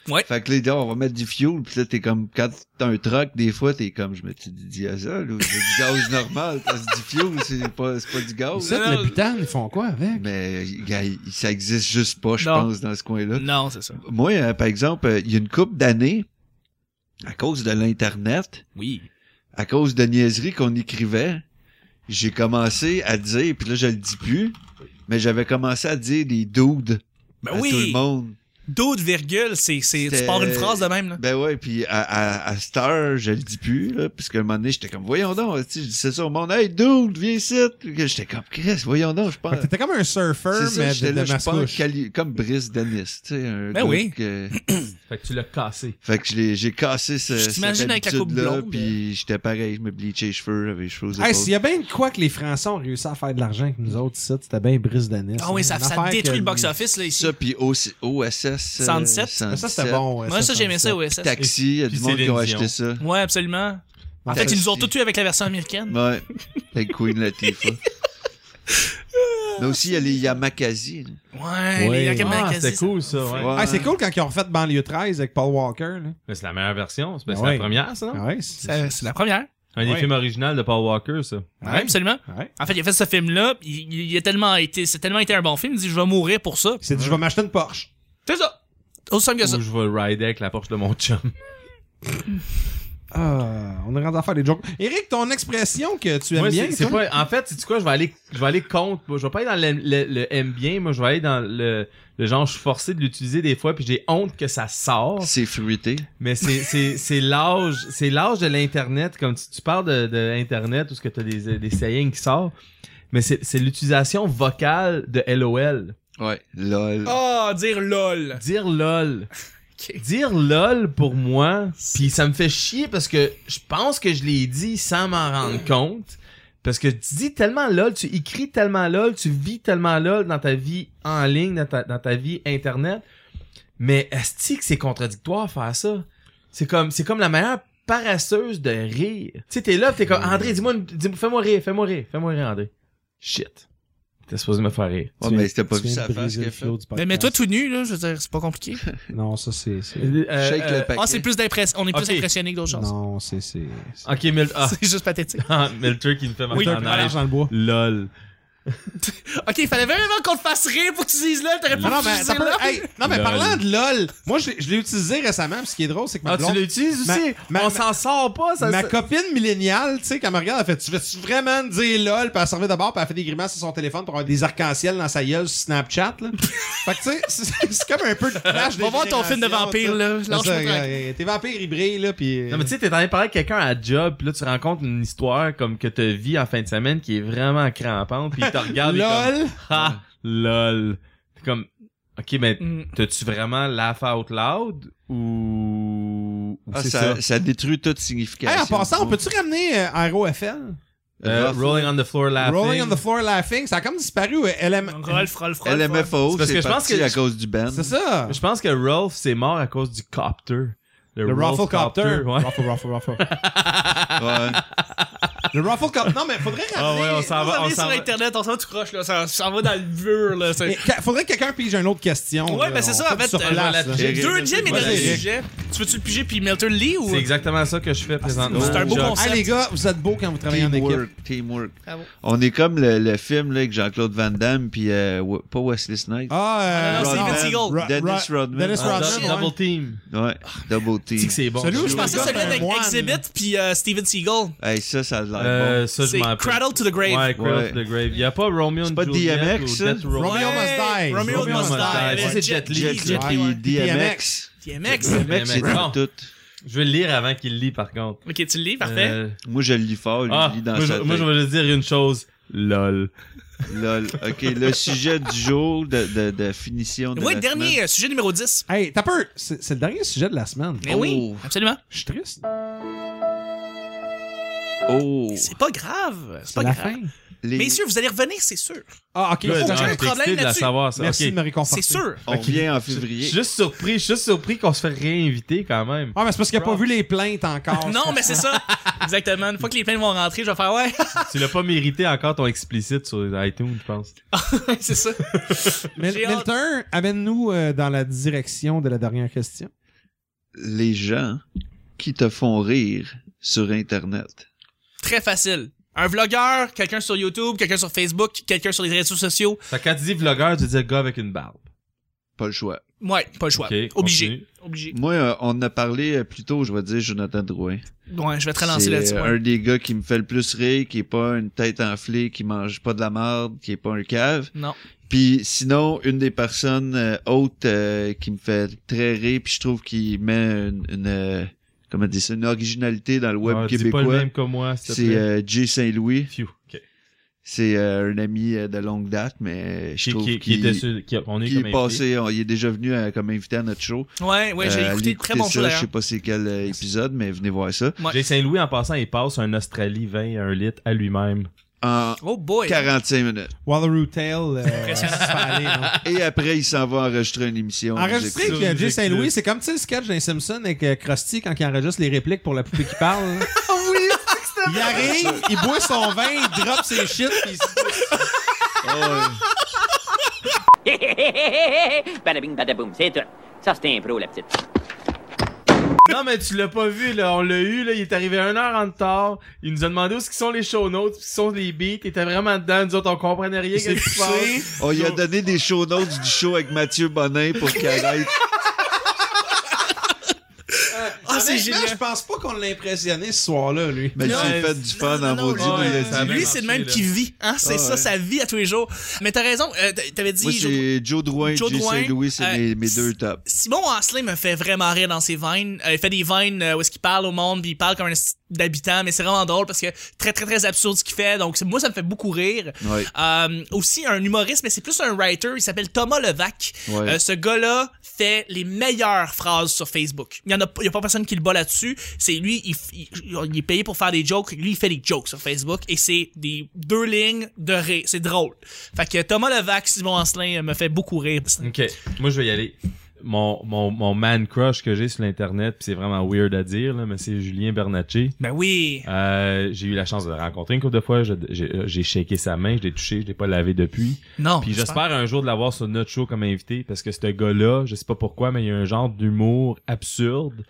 Speaker 3: Ouais.
Speaker 1: Fait que là, ils disent, on va mettre du fuel, pis là, t'es comme, quand t'as un truck, des fois, t'es comme, je me suis dit diesel, ou c'est du gaz normal, parce que du fuel, c'est pas, c'est pas du gaz.
Speaker 3: C'est- le
Speaker 2: butane, ils font quoi avec?
Speaker 1: Mais, gars, il- ça existe juste pas, je
Speaker 3: Non.
Speaker 1: pense, dans ce coin-là.
Speaker 3: Non, c'est ça.
Speaker 1: Moi, euh, par exemple, euh, il y a une couple d'années, à cause de l'Internet,
Speaker 3: Oui.
Speaker 1: à cause de niaiseries qu'on écrivait, j'ai commencé à dire, puis là, je le dis plus, mais j'avais commencé à dire des dudes
Speaker 3: Ben
Speaker 1: à tout le
Speaker 3: oui.
Speaker 1: monde.
Speaker 3: D'autres virgules, c'est, c'est, tu
Speaker 1: C'était-
Speaker 3: pars une phrase de même, là.
Speaker 1: Ben ouais, puis à, à, à cette heure, je le dis plus, là, parce qu'à un moment donné, j'étais comme, voyons donc, tu sais, je disais ça au monde, hey, dude, viens ici. J'étais comme, Chris, voyons donc, je pense.
Speaker 2: T'étais comme un surfer, mais de,
Speaker 1: j'étais
Speaker 2: de
Speaker 1: là, je pense,
Speaker 2: mascouche.
Speaker 1: quali- comme Brice Dennis, tu sais, un
Speaker 3: Ben
Speaker 1: gars
Speaker 3: oui.
Speaker 1: que-
Speaker 4: Fait que tu l'as cassé.
Speaker 1: fait que je l'ai- j'ai cassé ce,
Speaker 3: Je t'imagine
Speaker 1: cette
Speaker 3: avec la coupe euh.
Speaker 1: habitude-là,
Speaker 3: blonde.
Speaker 1: puis j'étais pareil, je me bleachais les cheveux, j'avais les cheveux aux
Speaker 2: Hey,
Speaker 1: épaules.
Speaker 2: s'il y a bien de quoi que les Français ont réussi à faire de l'argent avec nous autres, ça, c'était bien brise d'anis.
Speaker 3: Ah oui, ça,
Speaker 2: Une
Speaker 3: ça
Speaker 2: affaire que-
Speaker 3: détruit le box-office, là, ici.
Speaker 1: Ça, puis OC- OSS... euh,
Speaker 3: 117.
Speaker 2: Ça, c'était bon. ouais,
Speaker 3: Moi, ça, j'aimais ça,
Speaker 2: c'était-
Speaker 3: ouais, ça.
Speaker 1: Taxi, il y a du
Speaker 4: Puis
Speaker 1: monde qui ont
Speaker 4: Céline Dion.
Speaker 1: acheté ça.
Speaker 3: Ouais, absolument.
Speaker 2: En
Speaker 3: Fait
Speaker 2: fait,
Speaker 3: qu'ils nous ont tout tués avec la version américaine.
Speaker 1: Ouais, avec Queen Latifah. Mais aussi, il y a les Yamakasi. là.
Speaker 3: Ouais,
Speaker 2: Ouais.
Speaker 3: les Yankee
Speaker 4: Ah,
Speaker 3: Mancasi,
Speaker 4: c'était
Speaker 3: ça.
Speaker 4: cool ça, ouais.
Speaker 1: Ouais.
Speaker 2: Ah, c'est cool quand ils ont refait Banlieue 13 avec Paul Walker. Là.
Speaker 4: Mais c'est la meilleure version, c'est parce
Speaker 2: Ben
Speaker 4: que c'est
Speaker 2: ouais.
Speaker 4: la première, ça, non?
Speaker 2: Ouais, c'est-
Speaker 3: Ah. Ça, C'est la première.
Speaker 4: Un des
Speaker 2: Ouais.
Speaker 4: films originaux de Paul Walker, ça.
Speaker 3: Ouais, absolument.
Speaker 2: ouais.
Speaker 3: En fait, il a fait ce film-là, puis il, il a tellement été, c'est tellement été un bon film, il dit, je vais mourir pour ça.
Speaker 2: C'est dit, je vais m'acheter une Porsche.
Speaker 3: C'est ça. Aussi simple que ça.
Speaker 4: Où je vais rider avec la Porsche de mon chum.
Speaker 2: Ah, on est rendu à faire des jokes. Eric, ton expression que tu aimes
Speaker 4: Moi,
Speaker 2: bien,
Speaker 4: c'est- c'est
Speaker 2: toi?
Speaker 4: pas- en fait, c'est quoi, je vais aller, je vais aller contre. moi. Je vais pas aller dans le, le- le aime bien. Moi, je vais aller dans le, le genre, je suis forcé de l'utiliser des fois, puis j'ai honte que ça sort.
Speaker 1: C'est fruité.
Speaker 4: Mais c'est, c'est, c'est l'âge, c'est l'âge de l'internet. Comme tu, tu parles de, de internet, où ce que t'as des, des sayings qui sortent. Mais c'est, c'est l'utilisation vocale de LOL.
Speaker 1: Ouais. Lol.
Speaker 2: Ah,
Speaker 3: Oh, dire lol.
Speaker 4: Dire lol.
Speaker 3: Ok.
Speaker 4: Dire lol pour moi, puis ça me fait chier parce que je pense que je l'ai dit sans m'en rendre compte. Parce que tu dis tellement lol, tu écris tellement lol, tu vis tellement lol dans ta vie en ligne, dans ta, dans ta vie internet. Mais est-ce que c'est contradictoire faire ça? C'est comme, c'est comme la meilleure paresseuse de rire. Tu sais, t'es là, pis t'es comme, André, dis-moi, une- dis fais-moi rire, fais-moi rire, fais-moi rire, André. Shit. T'es supposé me faire rire.
Speaker 1: Ouais,
Speaker 2: Tu viens-
Speaker 1: Ah, mais c'était pas
Speaker 2: tu
Speaker 1: vu
Speaker 2: viens
Speaker 1: sa
Speaker 2: de
Speaker 1: face
Speaker 2: briser
Speaker 1: qu'elle
Speaker 2: le
Speaker 1: fait.
Speaker 2: flow du
Speaker 3: Mais mets-toi
Speaker 2: podcast.
Speaker 3: tout nu, là. Je veux dire, c'est pas compliqué.
Speaker 2: Non, ça, c'est... c'est-
Speaker 4: Euh,
Speaker 1: Shake
Speaker 4: euh,
Speaker 1: le paquet.
Speaker 3: Ah, c'est plus d'impression. On est plus
Speaker 4: Ok.
Speaker 3: impressionné que d'autres choses.
Speaker 2: Non, c'est... c'est- c'est-
Speaker 4: Ok, Mil- ah,
Speaker 3: C'est juste pathétique.
Speaker 4: Ah, Milter qui me fait marcher
Speaker 3: Oui,
Speaker 4: en
Speaker 3: voilà.
Speaker 4: neige.
Speaker 2: dans le bois.
Speaker 4: LOL.
Speaker 3: Ok, il fallait vraiment qu'on te fasse rire pour que tu dises là. T'aurais
Speaker 2: Non,
Speaker 3: pas
Speaker 2: non,
Speaker 3: pu
Speaker 2: mais,
Speaker 3: dire
Speaker 2: ça peut-
Speaker 3: là.
Speaker 2: hey, non, mais
Speaker 4: Lol.
Speaker 2: parlant de LOL, moi, je l'ai- je l'ai utilisé récemment, puis ce qui est drôle, c'est que ma
Speaker 4: Ah, tu
Speaker 2: blonde...
Speaker 4: l'utilises
Speaker 2: ma-
Speaker 4: aussi?
Speaker 2: ma-
Speaker 4: On s'en sort pas, ça.
Speaker 2: ma
Speaker 4: ça-
Speaker 2: copine milléniale, tu sais, quand elle me regarde, elle fait Tu veux-tu vraiment me dire lol? Puis elle servait d'abord, puis elle fait des grimaces sur son téléphone pour avoir des arcs-en-ciel dans sa gueule sur Snapchat, là. fait que, tu sais, c'est c'est comme un peu de flash
Speaker 3: Va
Speaker 2: des
Speaker 3: voir ton film de
Speaker 2: générations, tu
Speaker 3: vampire,
Speaker 2: sais.
Speaker 3: là.
Speaker 2: C'est
Speaker 3: Lâche-moi
Speaker 2: ça,
Speaker 3: tranquille.
Speaker 2: euh, T'es vampire, il brille, là, puis.
Speaker 4: Non, mais tu sais, t'es en train de parler avec quelqu'un à job, pis là, tu rencontres une histoire comme que t'as vis en fin de semaine qui est vraiment crampante, pis il te regarde et
Speaker 2: euh,
Speaker 4: comme,
Speaker 2: lol.
Speaker 4: ha, lol. T'es comme, ok, mais
Speaker 3: Mm.
Speaker 4: t'as-tu vraiment laugh out loud ou, ou
Speaker 1: Ah,
Speaker 4: c'est
Speaker 1: ça,
Speaker 4: ça?
Speaker 1: ça détruit toute
Speaker 2: Hey,
Speaker 1: signification.
Speaker 2: en passant, on peut-tu ramener euh, ROFL?
Speaker 4: Euh, rolling on the floor laughing.
Speaker 2: Rolling on the floor laughing. Ça a comme disparu, euh, LM.
Speaker 3: Rolf, Rolf, Rolf. Rolf.
Speaker 1: LMFO,
Speaker 4: C'est parce que
Speaker 1: c'est
Speaker 4: je pense
Speaker 1: parti
Speaker 4: que-
Speaker 1: à cause du band.
Speaker 2: C'est ça.
Speaker 4: Je pense que Rolf, c'est mort à cause du copter.
Speaker 2: Le Ruffle Copter.
Speaker 4: ouais.
Speaker 2: Ruffle, ruffle, ruffle.
Speaker 1: Ouais.
Speaker 2: Le Ruffle Copter. Non, mais faudrait
Speaker 4: Ah
Speaker 2: ramener.
Speaker 4: ouais, on s'en
Speaker 3: On
Speaker 4: va,
Speaker 3: s'en
Speaker 4: on
Speaker 3: vient sur
Speaker 4: s'en va.
Speaker 3: Internet, on s'en va tout croche, là. Ça, ça va dans le mur, là. C'est-
Speaker 2: Mais ca- faudrait Eh, que quelqu'un pige une autre question.
Speaker 3: Ouais,
Speaker 2: là.
Speaker 3: ben c'est
Speaker 2: On
Speaker 3: ça, en
Speaker 2: fait
Speaker 3: fait,
Speaker 2: sur
Speaker 3: euh,
Speaker 2: place,
Speaker 4: voilà,
Speaker 2: là.
Speaker 4: j'ai-
Speaker 3: Deuxième et
Speaker 4: Vas-y,
Speaker 3: dernier
Speaker 2: Eric.
Speaker 3: sujet. Tu veux-tu le piger puis Milter le lit ou.
Speaker 4: C'est exactement ça que je fais présentement.
Speaker 3: c'est un beau
Speaker 4: Job.
Speaker 3: concept.
Speaker 2: Ah, les gars, vous êtes beaux quand vous travaillez en équipe.
Speaker 1: Teamwork, teamwork.
Speaker 2: Ah
Speaker 3: Bravo.
Speaker 1: On est comme le, le film là, avec Jean-Claude Van Damme puis euh, We- pas Wesley Snipes.
Speaker 2: Ah,
Speaker 3: Ah, non, non,
Speaker 1: Rodman,
Speaker 3: Steven Seagal.
Speaker 2: Ro-
Speaker 1: Dennis
Speaker 2: Ro-
Speaker 1: Rodman.
Speaker 2: Dennis
Speaker 4: Ah,
Speaker 2: Rodman,
Speaker 4: double-
Speaker 2: ouais.
Speaker 4: Double team.
Speaker 1: Ouais, Double
Speaker 4: Tu
Speaker 1: Team.
Speaker 4: que c'est bon.
Speaker 2: Celui où je
Speaker 3: Je
Speaker 2: Les
Speaker 3: pensais
Speaker 2: gars,
Speaker 3: celui
Speaker 2: c'est
Speaker 3: avec
Speaker 2: un moine.
Speaker 3: Exhibit puis euh, Steven Seagal.
Speaker 1: Hey, ça, ça a l'air
Speaker 4: Euh, ça, je
Speaker 3: C'est
Speaker 4: m'en rappelle.
Speaker 3: Cradle to the Grave.
Speaker 4: Ouais, Cradle
Speaker 1: Ouais.
Speaker 4: to the Grave. Il y a pas Romeo and
Speaker 1: pas
Speaker 4: Juliet
Speaker 1: DMX,
Speaker 4: ou
Speaker 1: ça?
Speaker 4: Death Row.
Speaker 1: Romeo
Speaker 2: Romeo Must Die.
Speaker 3: Romeo
Speaker 4: Romeo
Speaker 3: Must
Speaker 4: Must
Speaker 3: Die.
Speaker 4: Die.
Speaker 3: Ouais,
Speaker 4: C'est Jet Li.
Speaker 1: bon. Jet Li,
Speaker 3: ouais.
Speaker 1: DMX.
Speaker 3: DMX.
Speaker 1: DMX, c'est
Speaker 4: Bon.
Speaker 1: tout.
Speaker 4: Je vais le lire avant qu'il le lit, par contre.
Speaker 3: Ok, tu le lis, parfait.
Speaker 4: Euh,
Speaker 1: Moi, je le lis fort, lui,
Speaker 4: ah,
Speaker 1: il lit dans
Speaker 4: moi, je,
Speaker 1: sa
Speaker 4: moi, je
Speaker 1: tête.
Speaker 4: vais juste dire une chose. LOL.
Speaker 1: Lol. OK, le sujet du jour de, de, de finition de
Speaker 3: Oui,
Speaker 1: la
Speaker 3: dernier
Speaker 1: semaine.
Speaker 3: euh, sujet numéro 10.
Speaker 2: Hey, t'as peur. C'est c'est le dernier sujet de la semaine.
Speaker 3: Mais
Speaker 1: Oh.
Speaker 3: oui, absolument.
Speaker 2: Je suis triste.
Speaker 1: Oh,
Speaker 3: euh, C'est pas grave. C'est
Speaker 2: C'est
Speaker 3: pas
Speaker 2: la
Speaker 3: grave.
Speaker 2: fin.
Speaker 1: les-
Speaker 3: Messieurs, vous allez revenir, c'est sûr.
Speaker 2: Ah, ok.
Speaker 4: Là,
Speaker 2: c'est
Speaker 4: non,
Speaker 2: vrai.
Speaker 4: j'étais
Speaker 3: problème
Speaker 4: excité de la
Speaker 3: là-dessus.
Speaker 4: savoir, ça.
Speaker 2: Merci
Speaker 4: Ok.
Speaker 2: de me réconforter.
Speaker 3: C'est sûr.
Speaker 1: on revient en
Speaker 4: Je
Speaker 1: février.
Speaker 4: suis juste surpris, je suis juste surpris qu'on se fait réinviter quand même.
Speaker 2: Ah, mais c'est parce qu'il a pas vu les plaintes encore.
Speaker 3: Non, mais c'est ça. Exactement. Une fois que les plaintes vont rentrer, je vais faire ouais.
Speaker 4: tu l'as pas mérité encore ton explicite sur iTunes, je pense.
Speaker 3: c'est ça.
Speaker 2: Mel-
Speaker 3: J'ai hâte.
Speaker 2: Milton, amène-nous euh, dans la direction de la dernière question.
Speaker 1: Les gens qui te font rire sur Internet.
Speaker 3: Très facile. Un vlogueur, quelqu'un sur YouTube, quelqu'un sur Facebook, quelqu'un sur les réseaux sociaux.
Speaker 4: Fait que quand tu dis vlogueur, tu dis le gars avec une barbe.
Speaker 1: Pas le choix.
Speaker 3: Ouais, pas le choix.
Speaker 4: Ok,
Speaker 3: Obligé.
Speaker 4: continue.
Speaker 3: Obligé.
Speaker 1: Moi, euh, on en a parlé euh, plus tôt, je vais dire Jonathan Drouin.
Speaker 3: Ouais, je vais te relancer là-dessus.
Speaker 1: C'est euh,
Speaker 3: ouais.
Speaker 1: un des gars qui me fait le plus rire, qui est pas une tête enflée, qui mange pas de la merde, qui est pas un cave.
Speaker 3: Non.
Speaker 1: Puis sinon, une des personnes euh, hautes euh, qui me fait très rire, puis je trouve qu'il met une, une euh, comment dire ça, une originalité dans le web
Speaker 4: Ah, Dis pas le
Speaker 1: québécois.
Speaker 4: même que moi, s'il te
Speaker 1: C'est
Speaker 4: plaît.
Speaker 1: euh, Jay Saint-Louis.
Speaker 4: Phew. Ok.
Speaker 1: C'est euh, un ami euh, de longue date, mais euh, je
Speaker 4: Qui,
Speaker 1: trouve
Speaker 4: qui, qui
Speaker 1: qu'il
Speaker 4: était sur- qui- on est
Speaker 1: qu'il est
Speaker 4: comme invité.
Speaker 1: passé, on- il est déjà venu euh, comme invité à notre show.
Speaker 3: Ouais, ouais,
Speaker 1: Euh,
Speaker 3: j'ai
Speaker 1: allez
Speaker 3: écouté très
Speaker 1: écouter
Speaker 3: bon show
Speaker 1: ça, Je
Speaker 3: d'ailleurs.
Speaker 1: sais pas c'est quel euh, épisode, mais venez voir ça.
Speaker 3: Ouais.
Speaker 4: Jay Saint-Louis, en passant, il passe un Australie 20 à 1 litre à lui-même.
Speaker 1: En
Speaker 3: Oh boy.
Speaker 1: 45 minutes.
Speaker 2: Wallaroo Tale, euh, ça se fait aller, non?
Speaker 1: Et après, il s'en va enregistrer une émission.
Speaker 2: Enregistrer
Speaker 1: Vous écoutez.
Speaker 2: avec euh, Jay
Speaker 4: Musique
Speaker 2: Saint-Louis,
Speaker 4: Plus.
Speaker 2: c'est comme tu sais, le sketch d'un Simpson avec euh, Krusty quand il enregistre les répliques pour la poupée qui parle. là.
Speaker 3: Ah
Speaker 2: il arrive, il boit son vin, il drop ses shit, puis il se-
Speaker 1: Ah ouais.
Speaker 5: bada bing, bada boom, c'est tout. Ça, c'était un pro, la petite.
Speaker 4: Non, mais tu l'as pas vu, là. On l'a eu, là. Il est arrivé une heure en retard. Il nous a demandé où ce qui sont les show notes, où ce qui sont les beats. Il était vraiment dedans. Nous autres, on comprenait rien. Qu'est-ce qui se passe?
Speaker 1: On lui Oh, a donné des show notes du show avec Mathieu Bonin pour qu'elle aille.
Speaker 3: Ah, ça, c'est
Speaker 2: Honnêtement,
Speaker 3: génial.
Speaker 2: je pense pas qu'on l'a impressionné ce soir-là, lui.
Speaker 1: Mais
Speaker 3: Non,
Speaker 1: j'ai
Speaker 4: euh,
Speaker 1: fait du fun
Speaker 3: non,
Speaker 1: en
Speaker 3: non,
Speaker 1: maudit.
Speaker 3: non,
Speaker 1: nous,
Speaker 3: lui,
Speaker 1: là,
Speaker 3: euh,
Speaker 1: ça avait
Speaker 3: lui,
Speaker 1: marché,
Speaker 3: c'est le même
Speaker 1: Ah, ben, là.
Speaker 3: qui vit. Hein? C'est
Speaker 1: Ah,
Speaker 3: ça,
Speaker 1: ouais.
Speaker 3: sa vie à tous les jours. Mais t'as raison, euh, t'a- t'avais dit...
Speaker 1: Moi,
Speaker 3: je-
Speaker 1: c'est Joe Drouin,
Speaker 3: Joe
Speaker 1: J.C.
Speaker 3: Drouin,
Speaker 1: Louis, c'est
Speaker 3: euh,
Speaker 1: mes, mes deux tops.
Speaker 3: Simon Ancelin me fait vraiment rire dans ses vines. Euh, il fait des vines euh, où est-ce qu'il parle au monde, puis il parle comme un esti d'habitant, mais c'est vraiment drôle parce que très très très absurde ce qu'il fait. Donc c'est- moi ça me fait beaucoup rire.
Speaker 1: Ouais.
Speaker 3: Euh, aussi un humoriste, mais c'est plus un writer. Il s'appelle Thomas Levac.
Speaker 1: Ouais.
Speaker 3: Euh, ce gars-là fait les meilleures phrases sur Facebook. Il y en a, pas- il y a pas personne qui le bat là-dessus. C'est lui, il, f- il, il est payé pour faire des jokes. Lui, il fait des jokes sur Facebook et c'est des deux lignes de rire. C'est drôle. Fait que Thomas Levac, Simon Ancelin euh, me fait beaucoup rire.
Speaker 4: Ok, moi je vais y aller. Mon, mon, mon man crush que j'ai sur l'internet, puis c'est vraiment weird à dire, là, mais c'est Julien Bernatchez.
Speaker 3: Ben oui.
Speaker 4: Euh, j'ai eu la chance de le rencontrer une couple de fois. Je- J'ai euh, j'ai shaké sa main, je l'ai touché, je l'ai pas lavé depuis.
Speaker 3: Non.
Speaker 4: Puis j'espère un jour de l'avoir sur notre show comme invité parce que ce gars-là, je sais pas pourquoi, mais il y a un genre d'humour absurde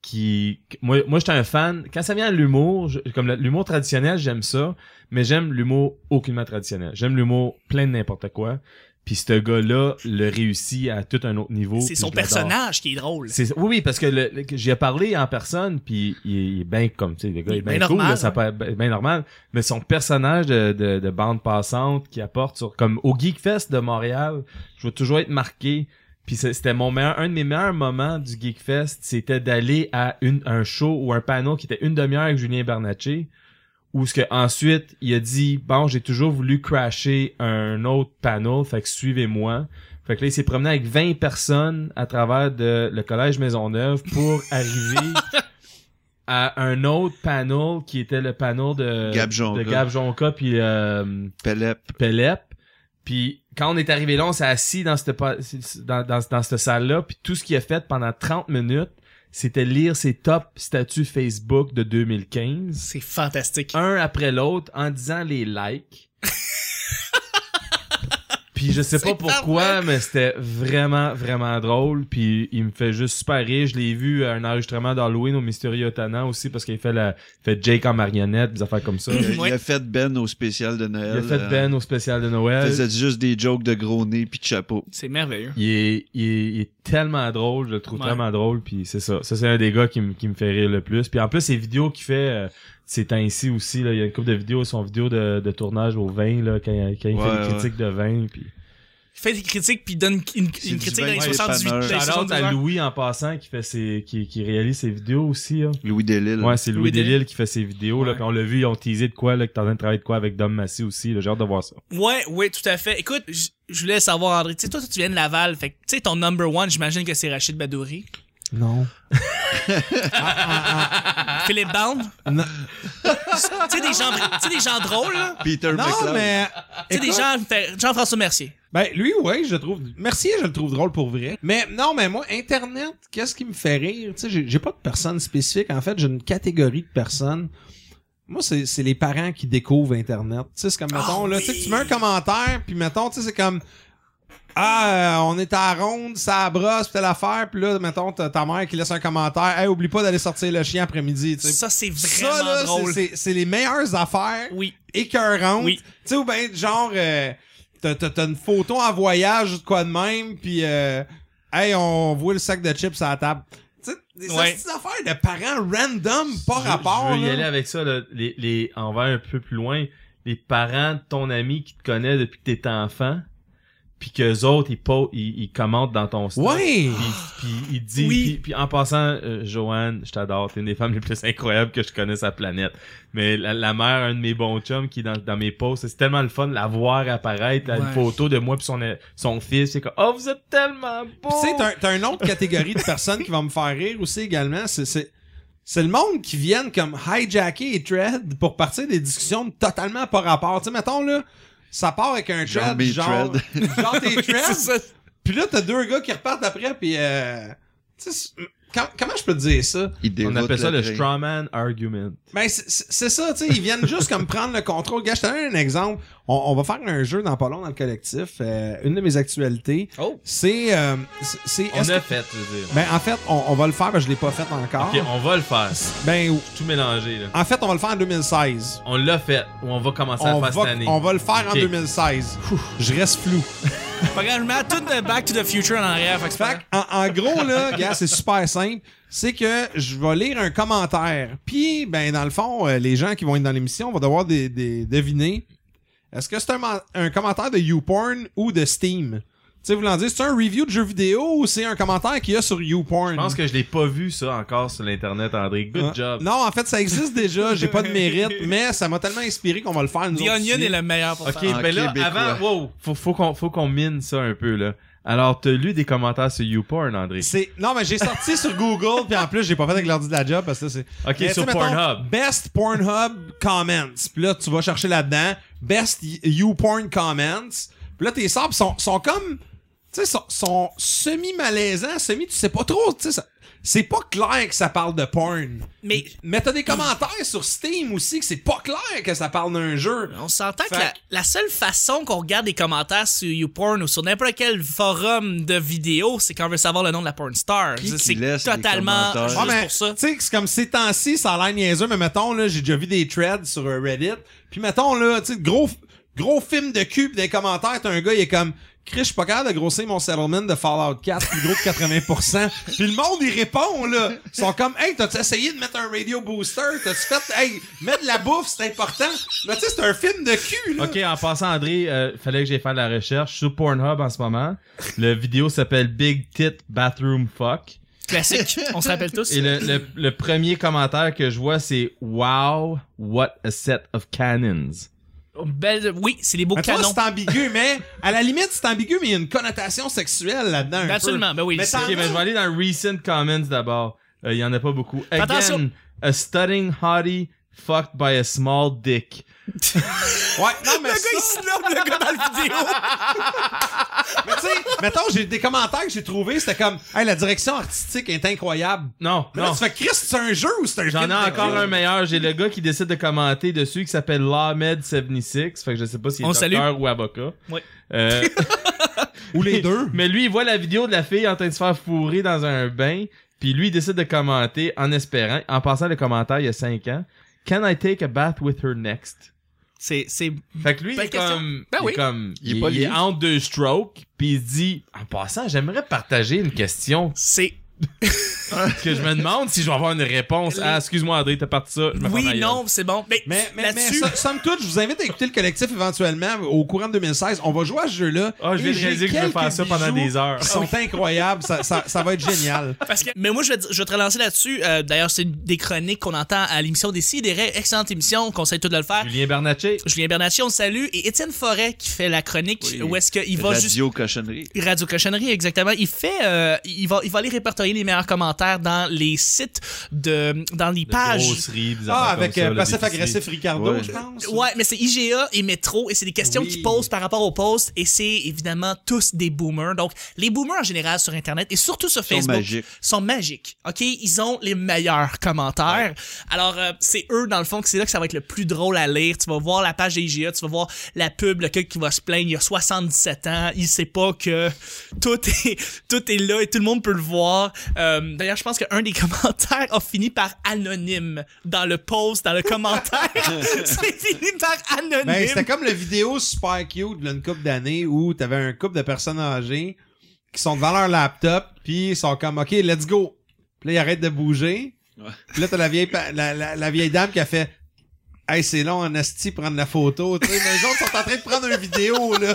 Speaker 4: qui moi moi j'étais un fan quand ça vient à l'humour je- comme le- l'humour traditionnel j'aime ça mais j'aime l'humour aucunement traditionnel j'aime l'humour plein de n'importe quoi puis ce gars-là le réussit à tout un autre niveau
Speaker 3: C'est
Speaker 4: puis
Speaker 3: son
Speaker 4: je l'adore.
Speaker 3: personnage qui est drôle.
Speaker 4: C'est- oui, oui, parce que, le, le- que j'y ai parlé en personne, puis il, est- il est bien comme, tu sais, le
Speaker 3: Il
Speaker 4: gars il
Speaker 3: est
Speaker 4: est
Speaker 3: bien
Speaker 4: bien cool,
Speaker 3: normal, hein.
Speaker 4: là, ça paraît bien bien normal, mais son personnage de, de, de bande passante qui apporte sur, comme au Geekfest de Montréal, je vais toujours être marqué, puis c'est- c'était mon meilleur, un de mes meilleurs moments du Geekfest, c'était d'aller à une, un show ou un panneau qui était une demi-heure avec Julien Bernatchez, où ce que ensuite il a dit bon j'ai toujours voulu crasher un autre panel fait que suivez-moi fait que là il s'est promené avec 20 personnes à travers de le collège Maisonneuve pour arriver à un autre panel qui était le panel de
Speaker 1: Gab Jonca.
Speaker 4: de Gab Jonca puis euh,
Speaker 1: Pelep.
Speaker 4: Pelep. Puis quand on est arrivé là, on s'est assis dans cette, pa- dans, dans, dans cette salle-là. Puis tout ce qu'il a fait pendant 30 minutes, c'était lire ses top statuts Facebook de 2015
Speaker 3: C'est fantastique.
Speaker 4: un après l'autre en disant les likes. Puis je sais
Speaker 3: C'est
Speaker 4: pas
Speaker 3: pas
Speaker 4: pourquoi, mais c'était vraiment, vraiment drôle. Puis il me fait juste super rire. Je l'ai vu à un enregistrement d'Halloween au Mysterio Tannant aussi parce qu'il fait, la, il fait Jake en marionnette, des affaires comme ça.
Speaker 1: Il, a-
Speaker 3: Ouais.
Speaker 1: il a fait Ben au spécial de
Speaker 4: Il
Speaker 1: Noël.
Speaker 4: a fait
Speaker 1: euh,
Speaker 4: Ben au spécial de
Speaker 1: Il
Speaker 4: Noël.
Speaker 1: faisait juste des jokes de gros nez puis de chapeau.
Speaker 3: C'est merveilleux.
Speaker 4: Il est, il, est, il est tellement drôle, je le trouve
Speaker 3: Ouais.
Speaker 4: tellement drôle, puis c'est ça. Ça, c'est un des gars qui, me- qui me fait rire le plus. Puis en plus, les vidéos qu'il fait, euh, ces temps-ci aussi, là, il y a une couple de vidéos, son vidéo de, de tournage au vin, là, quand, il- quand il
Speaker 1: Ouais,
Speaker 4: fait des critiques de vin. Puis...
Speaker 3: Il fait des critiques puis il donne une, une
Speaker 1: C'est du
Speaker 3: critique dans
Speaker 1: vin
Speaker 3: les
Speaker 1: des
Speaker 3: 78 dans
Speaker 1: panneurs.
Speaker 3: les
Speaker 4: Shout-out
Speaker 3: 72
Speaker 4: à
Speaker 3: heures.
Speaker 4: Louis en passant, qui fait ses, qui, qui réalise ses vidéos aussi. Là.
Speaker 1: Louis Delisle.
Speaker 4: Ouais, c'est
Speaker 3: Louis
Speaker 4: Louis,
Speaker 3: Delisle.
Speaker 4: Delisle qui fait ses vidéos. Là,
Speaker 3: Ouais.
Speaker 4: puis on l'a vu, ils ont teasé de quoi, là, que t'es en train de travailler de quoi avec Dom Massé aussi. là, J'ai hâte de voir ça.
Speaker 3: Ouais, ouais, tout à fait. Écoute, j- je voulais savoir, André, tu sais, toi, tu viens de Laval, fait que, tu sais, ton number one, j'imagine que c'est Rachid Badouri.
Speaker 4: Non.
Speaker 3: Philippe Bound.
Speaker 2: Non.
Speaker 3: tu sais, des gens, tu sais, des gens drôles, là.
Speaker 1: Peter
Speaker 2: Non,
Speaker 1: McLeod.
Speaker 2: mais.
Speaker 3: Tu sais, des
Speaker 2: Écoute,
Speaker 3: gens, Jean-François Mercier.
Speaker 2: Ben, lui, ouais, je le trouve. Mercier, je le trouve drôle pour vrai. Mais non, mais moi, Internet, qu'est-ce qui me fait rire? Tu sais, j'ai- j'ai pas de personne spécifique. En fait, j'ai une catégorie de personnes. Moi, c'est c'est les parents qui découvrent Internet. Tu sais, c'est comme, mettons, là, tu sais,
Speaker 3: Ah oui.
Speaker 2: que tu mets un commentaire, puis mettons, tu sais, c'est comme. Ah, euh, on est à la ronde, ça brosse, pis telle affaire, puis là, mettons, t'as ta mère qui laisse un commentaire. Hey, oublie pas d'aller sortir le chien après-midi, tu sais.
Speaker 3: Ça, c'est vraiment
Speaker 2: Ça, là, c'est-
Speaker 3: drôle.
Speaker 2: c'est- c'est les meilleures affaires
Speaker 3: Oui.
Speaker 2: écœurante.
Speaker 3: Oui.
Speaker 2: Tu sais, ou ben, genre, euh, t'as- t'as t'as une photo en voyage ou de quoi de même, puis euh, hey, on voit le sac de chips à la table. Tu sais, des
Speaker 3: Ouais.
Speaker 2: petites affaires de parents random, pas rapport.
Speaker 4: Je veux y
Speaker 2: là.
Speaker 4: aller avec ça, là, les, les, on va un peu plus loin. Les parents de ton ami qui te connaît depuis que t'es enfant, puis qu'eux autres, ils, po- ils, ils commentent dans ton stock.
Speaker 2: Ouais!
Speaker 4: Puis, puis ils disent,
Speaker 3: Oui.
Speaker 4: puis, puis en passant, euh, Joanne, je t'adore, t'es une des femmes les plus incroyables que je connaisse à la planète. Mais la, la mère, un de mes bons chums qui est dans, dans mes posts, c'est tellement le fun de la voir apparaître, à
Speaker 3: Ouais.
Speaker 4: une photo de moi puis son, son fils, c'est comme, oh vous êtes tellement beau.
Speaker 2: Puis tu sais, t'as un- t'as une autre catégorie de personnes qui va me faire rire aussi également, c'est- c'est... C'est le monde qui viennent comme hijacker et thread pour partir des discussions totalement pas rapport. Tu sais, mettons là, ça part avec un
Speaker 1: Genre
Speaker 2: thread,
Speaker 1: mes
Speaker 2: genre, genre tes
Speaker 3: C'est
Speaker 2: threads,
Speaker 3: ça.
Speaker 2: Puis là, t'as deux gars qui repartent après, puis euh, tu sais, c'est- com- comment je peux te dire ça?
Speaker 1: Il
Speaker 4: On
Speaker 1: déroute
Speaker 4: appelle ça
Speaker 1: le
Speaker 4: le
Speaker 1: train.
Speaker 4: strawman argument.
Speaker 2: Ben, c'est- c'est c'est ça, tu sais, ils viennent juste comme prendre le contrôle. Gars, je te donne un exemple. On, on va faire un jeu dans pas long dans le collectif. Euh, une de mes actualités,
Speaker 3: Oh.
Speaker 2: c'est... euh, c'est- c'est-
Speaker 4: On
Speaker 2: est-ce
Speaker 4: a
Speaker 2: que-
Speaker 4: fait, je veux dire.
Speaker 2: Ben, en fait, on, on va le faire, ben, je l'ai pas fait encore.
Speaker 4: Ok, on va le faire.
Speaker 2: Ben,
Speaker 4: Tout mélanger, là.
Speaker 2: en fait, on va le faire en 2016.
Speaker 4: On l'a fait, ou on va commencer à
Speaker 2: On
Speaker 4: le
Speaker 2: va,
Speaker 4: faire cette année.
Speaker 2: on va le faire en
Speaker 4: Ok.
Speaker 2: 2016. Je reste flou.
Speaker 3: Fait que je mets tout de Back to the Future en arrière. Fait que c'est pas
Speaker 2: Fait que, en, en gros, là, gars, c'est super simple. C'est que je vais lire un commentaire. Puis, ben, dans le fond, euh, les gens qui vont être dans l'émission vont devoir des- des- deviner est-ce que c'est un, man- un commentaire de YouPorn ou de Steam? Tu sais, vous l'en dites, c'est un review de jeu vidéo ou c'est un commentaire qu'il y a sur YouPorn?
Speaker 4: Je pense que je l'ai pas vu ça encore sur l'internet, André. Good
Speaker 2: Ah.
Speaker 4: job.
Speaker 2: Non, en fait, ça existe déjà. J'ai pas de mérite, mais ça m'a tellement inspiré qu'on va le faire. Nous
Speaker 3: grave. The
Speaker 2: autres
Speaker 3: Onion
Speaker 2: aussi.
Speaker 3: est le meilleur pour
Speaker 4: Ok,
Speaker 3: ça.
Speaker 1: En
Speaker 4: ben là,
Speaker 1: québécois.
Speaker 4: avant, wow, faut, faut qu'on, faut qu'on mine ça un peu là. Alors, t'as lu des commentaires sur YouPorn, André.
Speaker 2: C'est- Non, mais j'ai sorti sur Google, puis en plus, j'ai pas fait avec l'ordi de la job parce que là, c'est.
Speaker 4: Ok,
Speaker 2: Mais,
Speaker 4: sur
Speaker 2: tu sais, mettons,
Speaker 4: Pornhub.
Speaker 2: Best Pornhub comments. Puis là, tu vas chercher là-dedans. Best y- YouPorn comments. Puis là, tes sables sont, sont comme. Tu sais, sont, sont semi-malaisants, semi, tu sais pas trop. Tu sais, ça- c'est pas clair que ça parle de porn.
Speaker 3: Mais-
Speaker 2: Mais t'as des commentaires sur Steam aussi que c'est pas clair que ça parle d'un jeu.
Speaker 3: On s'entend que
Speaker 2: Fait
Speaker 3: la, la seule façon qu'on regarde des commentaires sur YouPorn ou sur n'importe quel forum de vidéo, c'est qu'on veut savoir le nom de la porn star.
Speaker 1: Qui qui
Speaker 3: C'est
Speaker 1: laisse des
Speaker 3: totalement
Speaker 1: commentaires?
Speaker 3: juste
Speaker 1: Ah,
Speaker 2: mais,
Speaker 3: pour ça.
Speaker 2: Tu sais, c'est comme ces temps-ci, ça a l'air niaiseux, mais mettons, là, j'ai déjà vu des threads sur euh, Reddit. Puis mettons, là, tu sais, gros, gros film de cul, pis des commentaires, t'as un gars, il est comme, Chris, je suis pas capable de grossir mon settlement de Fallout 4, plus gros de 80%. Puis le monde, il répond, là. Ils sont comme, hey, t'as-tu essayé de mettre un radio booster? T'as-tu fait, hey, mettre de la bouffe, c'est important. Là, tu sais, c'est un film de cul, là.
Speaker 4: Ok, en passant, André, euh, fallait que j'aille faire de la recherche sur Pornhub en ce moment. Le vidéo s'appelle Big Tit Bathroom Fuck.
Speaker 3: Classique. On se rappelle tous.
Speaker 4: Et le, le, le premier commentaire que je vois, c'est Wow, what a set of cannons.
Speaker 3: Belle- Oui, c'est les beaux
Speaker 2: Mais tu vois,
Speaker 3: canons.
Speaker 2: c'est ambigu, mais à la limite, c'est ambigu, mais il y a une connotation sexuelle là-dedans. un peu.
Speaker 3: Absolument, ben oui,
Speaker 2: Mais
Speaker 3: c'est-
Speaker 2: t'en
Speaker 4: Ok, ben,
Speaker 2: as-
Speaker 4: je vais aller dans Recent Comments d'abord. Euh, Il y en a pas beaucoup. Again,
Speaker 3: Attention.
Speaker 4: a stunning hottie fucked by a small dick.
Speaker 2: Ouais, non, mais
Speaker 3: Le
Speaker 2: ça-
Speaker 3: gars, il se nomme le gars dans la vidéo.
Speaker 2: Mais tu sais, mettons, j'ai des commentaires que j'ai trouvés, c'était comme, hey, la direction artistique est incroyable.
Speaker 4: Non,
Speaker 2: Mais
Speaker 4: non.
Speaker 2: là, tu fais, Chris, c'est un jeu ou c'est un
Speaker 4: J'en
Speaker 2: film
Speaker 4: ai
Speaker 2: de
Speaker 4: encore
Speaker 2: cul?
Speaker 4: un meilleur. J'ai le gars qui décide de commenter dessus qui s'appelle Lamed76. Fait que je sais pas s'il est
Speaker 3: On
Speaker 4: docteur ou avocat.
Speaker 3: Oui.
Speaker 4: Euh,
Speaker 2: Ou les deux.
Speaker 4: mais lui, il voit la vidéo de la fille en train de se faire fourrer dans un bain. Puis lui, il décide de commenter en espérant, en passant le commentaire il y a 5 ans. Can I take a bath with her next?
Speaker 3: C'est, c'est,
Speaker 4: Fait que lui, il
Speaker 3: Belle
Speaker 4: est,
Speaker 3: question.
Speaker 4: comme,
Speaker 3: Ben
Speaker 4: il est
Speaker 3: oui.
Speaker 4: comme,
Speaker 1: Il est
Speaker 4: il,
Speaker 1: pas
Speaker 4: il est
Speaker 1: lié.
Speaker 4: entre deux strokes, puis il se dit, en passant, j'aimerais partager une question,
Speaker 3: c'est,
Speaker 4: parce que je me demande si je vais avoir une réponse. Ah, excuse-moi, André, t'as parti ça, je me ferme la
Speaker 3: oui,
Speaker 4: gueule.
Speaker 3: non, c'est bon. Mais,
Speaker 2: Mais, mais, mais
Speaker 3: là-dessus,
Speaker 2: so- somme toute, je vous invite à écouter le collectif éventuellement au courant de 2016. On va jouer à ce jeu-là.
Speaker 4: Ah, je viens
Speaker 2: Et
Speaker 4: de
Speaker 2: j'ai
Speaker 4: réaliser que je vais
Speaker 2: quelques
Speaker 4: faire ça pendant
Speaker 2: bijoux
Speaker 4: des heures. Ah
Speaker 2: qui sont incroyables. Ça, ça, ça va être génial.
Speaker 3: Parce que- mais moi, je vais, te- je vais te relancer là-dessus. Euh, d'ailleurs, c'est une des chroniques qu'on entend à l'émission des Sidérés. Excellente émission. On conseille tout de le faire.
Speaker 4: Julien Bernatchez.
Speaker 3: Julien Bernatchez, on le salue. Et Étienne Forêt qui fait la chronique
Speaker 1: Oui.
Speaker 3: où est-ce qu'il va juste.
Speaker 1: Radio cochonnerie.
Speaker 3: Radio Cochonnerie, exactement. Il fait, euh, il va, il va aller répertorier les meilleurs commentaires dans les sites de, dans les pages.
Speaker 4: Grosserie, des
Speaker 2: Ah,
Speaker 4: affaires
Speaker 2: avec
Speaker 4: comme ça,
Speaker 2: euh,
Speaker 4: là,
Speaker 2: Passif
Speaker 4: des
Speaker 2: Agressif Ricardo,
Speaker 1: Ouais.
Speaker 2: je pense.
Speaker 3: Ouais, mais c'est IGA et Métro, et c'est des questions
Speaker 2: Oui.
Speaker 3: qu'ils posent par rapport aux posts, et c'est évidemment tous des boomers. Donc, les boomers en général sur Internet, et surtout sur Facebook,
Speaker 1: magiques.
Speaker 3: sont magiques. OK? Ils ont les meilleurs commentaires. Alors, euh, c'est eux, dans le fond, que c'est là que ça va être le plus drôle à lire. Tu vas voir la page des IGA, tu vas voir la pub, le gars qui va se plaindre, il a 77 ans, il sait pas que tout est, tout est là et tout le monde peut le voir. Euh, D'ailleurs, je pense qu'un des commentaires a fini par anonyme dans le post, dans le commentaire. c'est fini par anonyme.
Speaker 2: Ben, c'était comme la vidéo super cute d'une couple d'années où t'avais un couple de personnes âgées qui sont devant leur laptop puis ils sont comme OK, let's go. Puis là ils arrêtent de bouger.
Speaker 1: Ouais.
Speaker 2: Puis là t'as la vieille pa- la, la- la vieille dame qui a fait Hey, c'est long en asti prendre la photo, tu sais, mais les autres sont en train de prendre une vidéo là.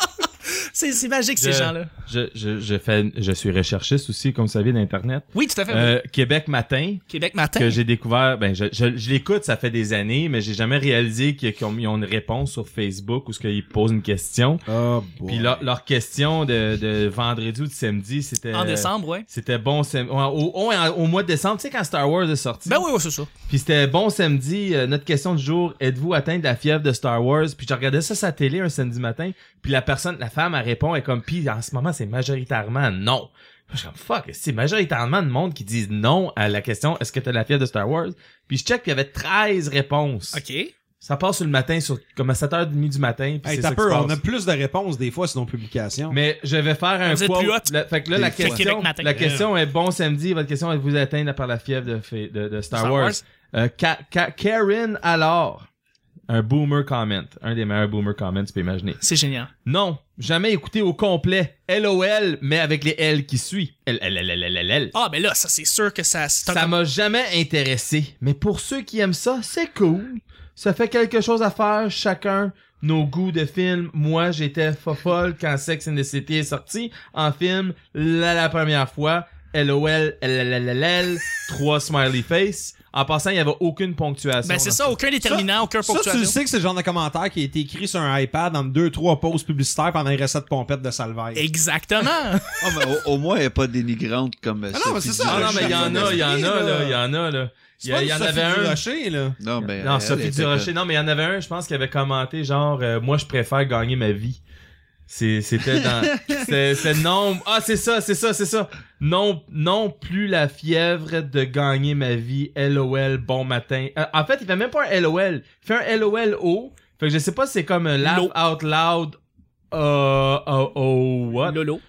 Speaker 3: C'est c'est magique,
Speaker 4: Je,
Speaker 3: ces gens-là.
Speaker 4: je, je, je, fais, je suis recherchiste aussi, comme vous savez, d'Internet.
Speaker 3: Ah Oui, tout à fait.
Speaker 4: Euh, Québec Matin,
Speaker 3: Québec matin.
Speaker 4: que j'ai découvert, ben je, je, je l'écoute, ça fait des années, mais j'ai jamais réalisé qu'ils qu'ils ont, ils ont une réponse sur Facebook ou ce qu'ils posent une question.
Speaker 2: Oh
Speaker 4: Puis leur, leur question de, de vendredi ou de samedi, c'était
Speaker 3: En décembre, ouais.
Speaker 4: C'était bon sam- ouais, au, au, au mois de décembre, tu sais quand Star Wars est sorti.
Speaker 3: Ben oui, oui, c'est ça.
Speaker 4: Puis c'était bon samedi, euh, notre question du jour, êtes-vous atteint de la fièvre de Star Wars? Puis je regardais ça sa télé un samedi matin, puis la personne, la femme, elle répond, elle est comme, puis en ce moment, c'est majoritairement non. Puis je suis comme, fuck, c'est majoritairement le monde qui dit non à la question, est-ce que t'as la fièvre de Star Wars? Puis je check, puis il y avait 13 réponses.
Speaker 3: OK.
Speaker 4: Ça passe sur le matin, sur, comme à 7h30 du matin, puis
Speaker 2: Hey,
Speaker 4: c'est
Speaker 2: t'as
Speaker 4: ça qui
Speaker 2: peur,
Speaker 4: se
Speaker 2: on
Speaker 4: passe.
Speaker 2: a plus de réponses des fois sur nos publications.
Speaker 4: Mais je vais faire un
Speaker 3: Vous êtes
Speaker 4: quote.
Speaker 3: plus hot.
Speaker 4: La- fait que là, la
Speaker 3: Fait
Speaker 4: question,
Speaker 3: Québec matin.
Speaker 4: la question est bon samedi. Votre question est vous atteindre par la fièvre de, fa- de, de Star, Wars. Euh, Ka- Ka- Karen alors. Un boomer comment. Un des meilleurs boomer comments, tu peux imaginer.
Speaker 3: C'est génial.
Speaker 4: Non, jamais écouté au complet. LOL, mais avec les L qui suit. L, L, L, L, L, L, L.
Speaker 3: Ah, ben là, ça, c'est sûr que ça. c'est un-
Speaker 4: Ça m'a jamais intéressé. Mais pour ceux qui aiment ça, c'est cool. Ça fait quelque chose à faire, chacun nos goûts de film. Moi, j'étais fofolle quand Sex and the City est sorti en film la, la première fois. LOL, LLLL, trois smiley face. En passant, il y avait aucune ponctuation.
Speaker 3: Ben, c'est
Speaker 4: dans
Speaker 3: ça, aucun déterminant, aucun
Speaker 2: Ça, tu le
Speaker 3: ponctuation.
Speaker 2: sais que c'est le genre de commentaire qui a été écrit sur un iPad en deux, trois pauses publicitaires pendant les recettes pompettes de Salvaire.
Speaker 3: Exactement.
Speaker 1: Ah, mais au, au moins, elle est pas dénigrante comme
Speaker 2: non,
Speaker 1: Sophie
Speaker 2: mais c'est ça,
Speaker 1: Durocher.
Speaker 4: Non, non, mais il y en a, il y en a, là, il y en a, là.
Speaker 2: C'est
Speaker 4: Il y,
Speaker 2: pas
Speaker 4: a-
Speaker 2: une
Speaker 4: il y en
Speaker 2: Sophie
Speaker 4: avait un.
Speaker 2: Durocher, là.
Speaker 1: Non, mais
Speaker 4: Non,
Speaker 1: elle,
Speaker 4: Sophie
Speaker 1: elle était
Speaker 4: Durocher. Non, mais il y en avait un, je pense, qui avait commenté genre, euh, moi, je préfère gagner ma vie. C'est- C'était dans. c'est c'est non. Ah, c'est ça, c'est ça, c'est ça. Non, non plus la fièvre de gagner ma vie. LOL, bon matin. Euh, en fait, il fait même pas un LOL. Il fait un LOL haut. Fait que je sais pas si c'est comme un laugh
Speaker 3: L'eau.
Speaker 4: out loud. Euh, oh, oh, what?
Speaker 3: Lolo.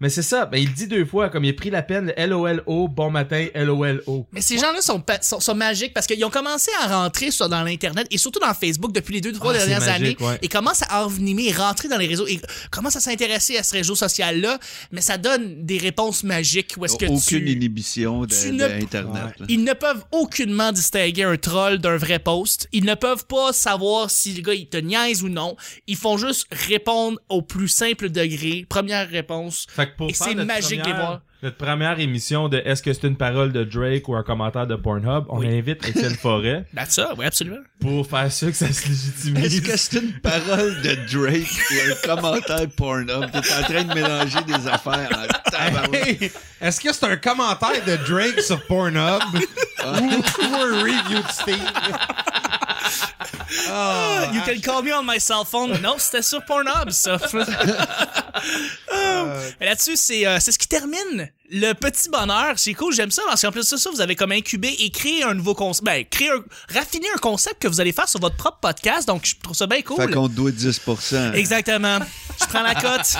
Speaker 4: Mais c'est ça. Ben, il le dit deux fois, comme il a pris la peine. LOLO, bon matin, LOLO.
Speaker 3: Mais ces gens-là sont, pa- sont, sont magiques parce qu'ils ont commencé à rentrer sur, dans l'Internet et surtout dans Facebook depuis les deux, trois
Speaker 4: Ah, c'est
Speaker 3: dernières
Speaker 4: magique,
Speaker 3: années.
Speaker 4: ouais.
Speaker 3: Et commencent à envenimer et rentrer dans les réseaux et commencent à s'intéresser à ce réseau social-là. Mais ça donne des réponses magiques où est-ce que
Speaker 1: Aucune
Speaker 3: tu...
Speaker 1: inhibition
Speaker 3: tu
Speaker 1: de-
Speaker 3: ne-
Speaker 1: d'Internet. là.
Speaker 3: Ils ne peuvent aucunement distinguer un troll d'un vrai post. Ils ne peuvent pas savoir si le gars il te niaise ou non. Ils font juste répondre au plus simple degré. Première réponse.
Speaker 4: Fait que pour
Speaker 3: Et
Speaker 4: faire
Speaker 3: c'est
Speaker 4: notre
Speaker 3: magique de les
Speaker 4: première,
Speaker 3: voir.
Speaker 4: Notre première émission de Est-ce que c'est une parole de Drake ou un commentaire de Pornhub, on invite Étienne Forêt
Speaker 3: That's ça, oui, absolument.
Speaker 4: pour faire sûr que ça
Speaker 1: Est-ce
Speaker 4: se légitimise.
Speaker 1: que c'est une parole de Drake ou un commentaire porno? T'es en train de mélanger des affaires en tabarouette.
Speaker 2: Hey, Est-ce que c'est un commentaire de Drake sur Pornhub ou, ou un review de Steve? Ah,
Speaker 3: you can call me on my cell phone. Non, c'était sur Pornhub, ça.
Speaker 1: Ah.
Speaker 3: Mais Là-dessus, c'est euh, c'est ce qui termine le petit bonheur. C'est cool, j'aime ça parce qu'en plus de ça, vous avez comme incubé et créé un nouveau concept. Ben, créé un, raffiner un concept que vous allez faire sur votre propre podcast. Donc, je trouve ça bien cool.
Speaker 1: Fait qu'on te doit 10%.
Speaker 3: Exactement. Je prends la cote.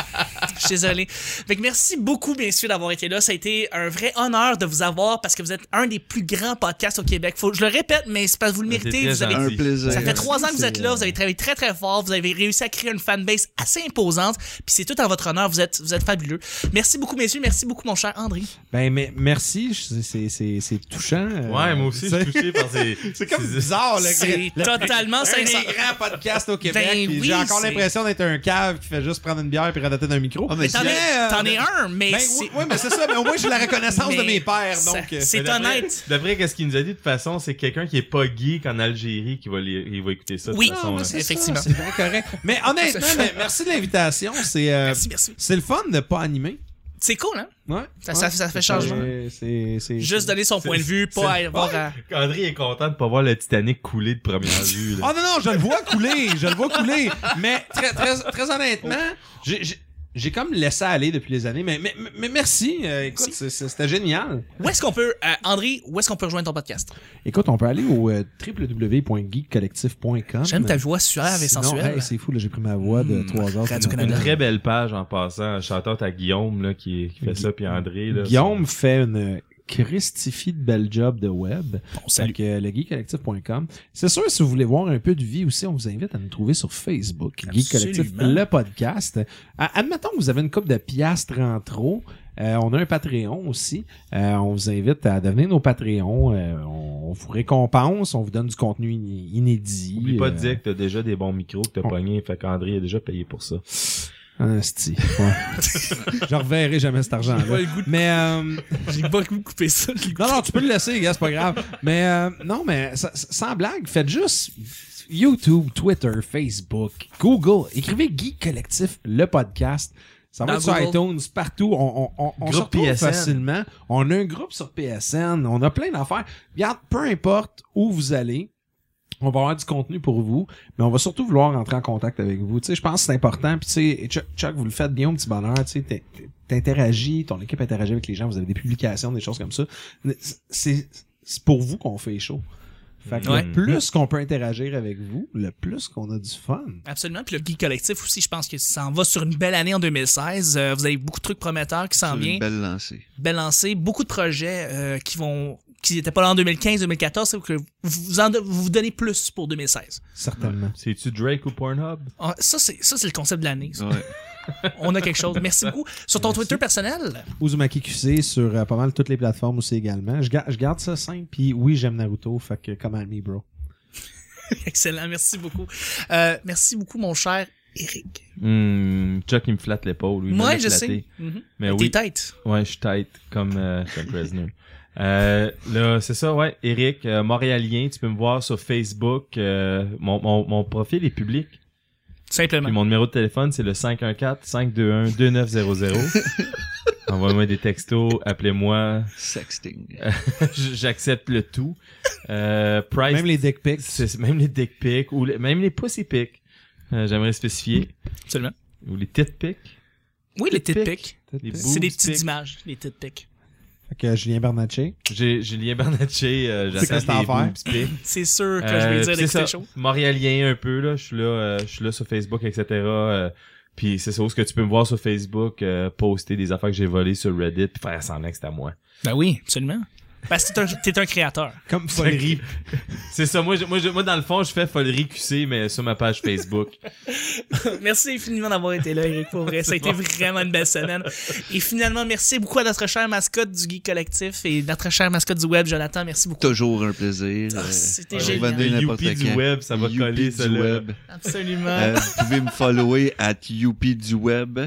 Speaker 3: Je suis désolé. Fait que merci beaucoup, bien sûr, d'avoir été là. Ça a été un vrai honneur de vous avoir parce que vous êtes un des plus grands podcasts au Québec. Faut, je le répète, mais c'est parce que vous le
Speaker 4: Mais c'est
Speaker 3: méritez.
Speaker 4: très
Speaker 3: Vous avez-
Speaker 1: Un
Speaker 4: Ben, Merci.
Speaker 1: plaisir.
Speaker 3: ça fait trois ans que vous
Speaker 4: C'est, euh,
Speaker 3: êtes là, vous avez travaillé très très fort, vous avez réussi à créer une fanbase assez imposante, puis c'est tout en votre honneur, vous êtes, vous êtes fabuleux. Merci beaucoup messieurs, merci beaucoup mon cher André.
Speaker 2: Ben, mais merci, je- c'est- c'est c'est touchant. euh,
Speaker 4: Ouais, moi aussi, je suis touché par ces.
Speaker 2: C'est comme
Speaker 4: ces-
Speaker 2: bizarre, là.
Speaker 3: C'est totalement
Speaker 2: un
Speaker 3: sincère.
Speaker 2: des grands podcasts au Québec.
Speaker 3: Ben
Speaker 2: puis
Speaker 3: oui,
Speaker 2: J'ai encore
Speaker 3: c'est-
Speaker 2: l'impression d'être un cave qui fait juste prendre une bière puis radoter d'un micro.
Speaker 1: Ah, mais
Speaker 3: T'en
Speaker 1: si-
Speaker 3: es,
Speaker 2: euh,
Speaker 3: t'en es un, mais
Speaker 2: ben,
Speaker 3: c'est-
Speaker 2: oui, oui, mais c'est ça. Mais au moins, j'ai la reconnaissance
Speaker 3: Mais
Speaker 2: de mes pères.
Speaker 3: ça-
Speaker 2: Donc, euh,
Speaker 3: c'est
Speaker 4: Mais d'après-
Speaker 3: honnête.
Speaker 4: D'après qu'est-ce qu'il nous a dit, de toute façon, c'est quelqu'un qui est pas geek en Algérie qui va, les- il va écouter ça. de
Speaker 3: Oui.
Speaker 4: toute façon,
Speaker 3: Ah,
Speaker 4: là.
Speaker 3: c'est- effectivement.
Speaker 2: ça, C'est bien correct. Mais honnêtement, mais merci de l'invitation. C'est euh,
Speaker 3: Merci, merci.
Speaker 2: c'est le fun de pas animer.
Speaker 3: C'est cool hein.
Speaker 2: Ouais.
Speaker 3: Ça- ça- ça fait changement.
Speaker 2: C'est- c'est- c'est-
Speaker 3: Juste donner son point de vue, pas
Speaker 4: c'est-
Speaker 3: avoir à...
Speaker 4: André est content de pas voir le Titanic couler de première vue.
Speaker 2: Oh
Speaker 3: Ah,
Speaker 4: Là.
Speaker 2: non, non, je le vois couler, je le vois couler. Mais très, très, très honnêtement, j'ai- j'ai- j'ai comme laissé aller depuis les années. Mais, mais, mais merci. euh, écoute, c'est- c'est- c'était génial.
Speaker 3: Où est-ce qu'on peut, euh, André, où est-ce qu'on peut rejoindre ton podcast?
Speaker 2: Écoute, on peut aller au euh, www.geekcollectif.com.
Speaker 3: J'aime ta voix suave et
Speaker 2: Sinon,
Speaker 3: sensuelle. Hmm.
Speaker 2: hey, c'est fou, là, j'ai pris ma voix de 3 heures.
Speaker 3: Radio-Canada.
Speaker 4: Une très belle page en passant. Chantant à Guillaume là, qui, qui fait ça, puis André. Là,
Speaker 2: Guillaume fait une euh, Christifie de belle job de web.
Speaker 3: Bon, salut.
Speaker 2: Fait que euh, le geekcollectif.com. C'est sûr, si vous voulez voir un peu de vie aussi, on vous invite à nous trouver sur Facebook. Geek Collectif,
Speaker 3: Absolument.
Speaker 2: le podcast. À- admettons que vous avez une coupe de piastres en trop. euh, on a un Patreon aussi. Euh, on vous invite à devenir nos Patreons. Euh, on, on vous récompense. On vous donne du contenu iné- inédit.
Speaker 4: Oublie pas de
Speaker 2: Euh,
Speaker 4: dire que t'as déjà des bons micros que t'as
Speaker 2: on-
Speaker 4: pognés, fait qu'André a déjà payé pour ça.
Speaker 2: Ah, c'ti. Ouais. Je reverrai jamais cet argent-là.
Speaker 3: le goût
Speaker 2: Mais... euh,
Speaker 3: J'ai pas le goût de couper ça. j'ai le goût-
Speaker 2: Non, non, tu peux le laisser, gars, c'est pas grave. Mais euh, non, mais sa- sa- sans blague, faites juste YouTube, Twitter, Facebook, Google. Écrivez Geek Collectif, le podcast. Ça va
Speaker 3: Dans
Speaker 2: être sur
Speaker 3: Google.
Speaker 2: iTunes, partout. On, on, on, on
Speaker 4: Groupe
Speaker 2: se retrouve
Speaker 4: PSN.
Speaker 2: facilement. On a un groupe sur PSN. On a plein d'affaires. Regarde, peu importe où vous allez, on va avoir du contenu pour vous, mais on va surtout vouloir entrer en contact avec vous. Tu sais, je pense que c'est important. Puis tu sais, et Chuck, Chuck, vous le faites bien au petit bonheur. Tu sais, t'in- t'interagis, ton équipe interagit avec les gens. Vous avez des publications, des choses comme ça. C'est c'est pour vous qu'on fait chaud. Fait que
Speaker 4: Ouais.
Speaker 2: le plus qu'on peut interagir avec vous, le plus qu'on a du fun.
Speaker 3: Absolument. Puis le Geek Collectif aussi, je pense que ça en va sur une belle année en 2016. Euh, vous avez beaucoup de trucs prometteurs qui s'en
Speaker 1: Sur
Speaker 3: viennent.
Speaker 1: une belle lancée.
Speaker 3: belle lancée, beaucoup de projets euh, qui vont qui n'étaient pas là en 2015-2014, c'est que vous en, vous vous donnez plus pour 2016.
Speaker 2: Certainement.
Speaker 4: C'est-tu Drake ou Pornhub?
Speaker 3: Ah, Ça c'est ça c'est le concept de l'année. ça.
Speaker 1: Ouais.
Speaker 3: On a quelque chose. Merci beaucoup. Sur ton Twitter personnel,
Speaker 2: Uzumaki QC sur euh, pas mal toutes les plateformes aussi également. Je, ga- je garde ça simple. Puis oui, j'aime Naruto. Fait que come at me, bro.
Speaker 3: excellent. Merci beaucoup. Euh, merci beaucoup, mon cher Eric.
Speaker 4: Hmm, Chuck, il me flatte l'épaule. lui, il
Speaker 3: Moi,
Speaker 4: me
Speaker 3: je
Speaker 4: flatte.
Speaker 3: sais. Mhm.
Speaker 4: Mais
Speaker 3: Tes
Speaker 4: Ah oui,
Speaker 3: têtes.
Speaker 4: ouais, je suis tight comme euh, Chuck Reznor. Euh, là, c'est ça, ouais. Eric, euh, Montréalien, tu peux me voir sur Facebook. euh, mon, mon, mon profil est public.
Speaker 3: Simplement.
Speaker 4: Puis mon numéro de téléphone, c'est le 514-521-2900. Envoyez-moi des textos, appelez-moi.
Speaker 1: Sexting.
Speaker 4: J'accepte le tout. Euh, price,
Speaker 2: Même les dick pics.
Speaker 4: c'est- même les dick pics, ou les- même les pussy pics. Euh, J'aimerais spécifier.
Speaker 3: Absolument.
Speaker 4: Ou les tit pics.
Speaker 3: Oui, les
Speaker 4: Tit
Speaker 3: têtes
Speaker 4: pic.
Speaker 3: pics.
Speaker 2: Fait
Speaker 4: Les
Speaker 3: C'est des
Speaker 4: boobs
Speaker 3: petites
Speaker 4: pics.
Speaker 3: images, les têtes pics.
Speaker 2: que euh, Julien Bernatchez.
Speaker 4: J'ai Julien Bernatchez, euh,
Speaker 2: C'est que c'est
Speaker 4: j'attends
Speaker 2: à
Speaker 4: les
Speaker 2: faire.
Speaker 4: boobs pics.
Speaker 3: C'est sûr que je vais
Speaker 4: Euh, puis
Speaker 3: dire
Speaker 4: c'est
Speaker 3: d'écouter
Speaker 4: ça,
Speaker 3: chaud.
Speaker 4: Montréalien un peu là, je suis là, euh, je suis là sur Facebook, etc. euh, puis c'est ça, où ce que tu peux me voir sur Facebook, euh, poster des affaires que j'ai volées sur Reddit, puis faire semblant que c'est à moi.
Speaker 3: Ben oui, absolument. Parce que t'es un, t'es un créateur.
Speaker 2: Comme Folerie.
Speaker 4: C'est ça, moi, je- moi, je- moi dans le fond, je fais folerie QC, mais sur ma page Facebook.
Speaker 3: Merci infiniment d'avoir été là, Eric, pour vrai. Ça a été vraiment une belle semaine. Et finalement, merci beaucoup à notre chère mascotte du Geek Collectif et notre chère mascotte du web, Jonathan. Merci beaucoup.
Speaker 1: Toujours un plaisir.
Speaker 3: Ah,
Speaker 1: Euh,
Speaker 3: C'était
Speaker 1: vous
Speaker 3: génial.
Speaker 1: revenez
Speaker 4: Le
Speaker 1: n'importe
Speaker 4: youpi du
Speaker 1: quand.
Speaker 4: web, ça va
Speaker 1: Youpi
Speaker 4: coller,
Speaker 1: du
Speaker 4: celle-là.
Speaker 1: web.
Speaker 3: Absolument.
Speaker 1: Euh, vous pouvez me follower at youpi du web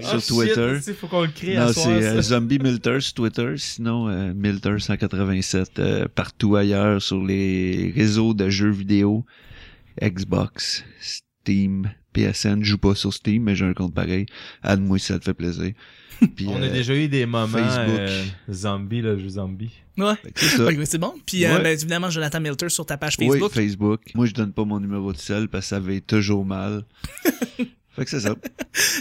Speaker 1: sur Twitter.
Speaker 4: Il Oh, faut qu'on le crée
Speaker 1: Non, c'est euh, Zombie Milter sur Twitter, sinon euh, Milter 187 euh, partout ailleurs sur les réseaux de jeux vidéo, Xbox, Steam, PSN. Je joue pas sur Steam, mais j'ai un compte pareil. Aide-moi si ça te fait plaisir. Puis,
Speaker 4: On
Speaker 1: euh,
Speaker 4: a déjà eu des moments
Speaker 1: Facebook.
Speaker 4: euh, zombie, là, jeu zombie.
Speaker 3: Ouais.
Speaker 1: fait que c'est ça.
Speaker 3: Ok, c'est bon. Puis euh,
Speaker 1: Ouais.
Speaker 3: ben, évidemment, Jonathan Milter sur ta page
Speaker 1: Oui,
Speaker 3: Facebook.
Speaker 1: Facebook. Moi, je donne pas mon numéro de sel parce que ça va toujours mal. fait que c'est ça.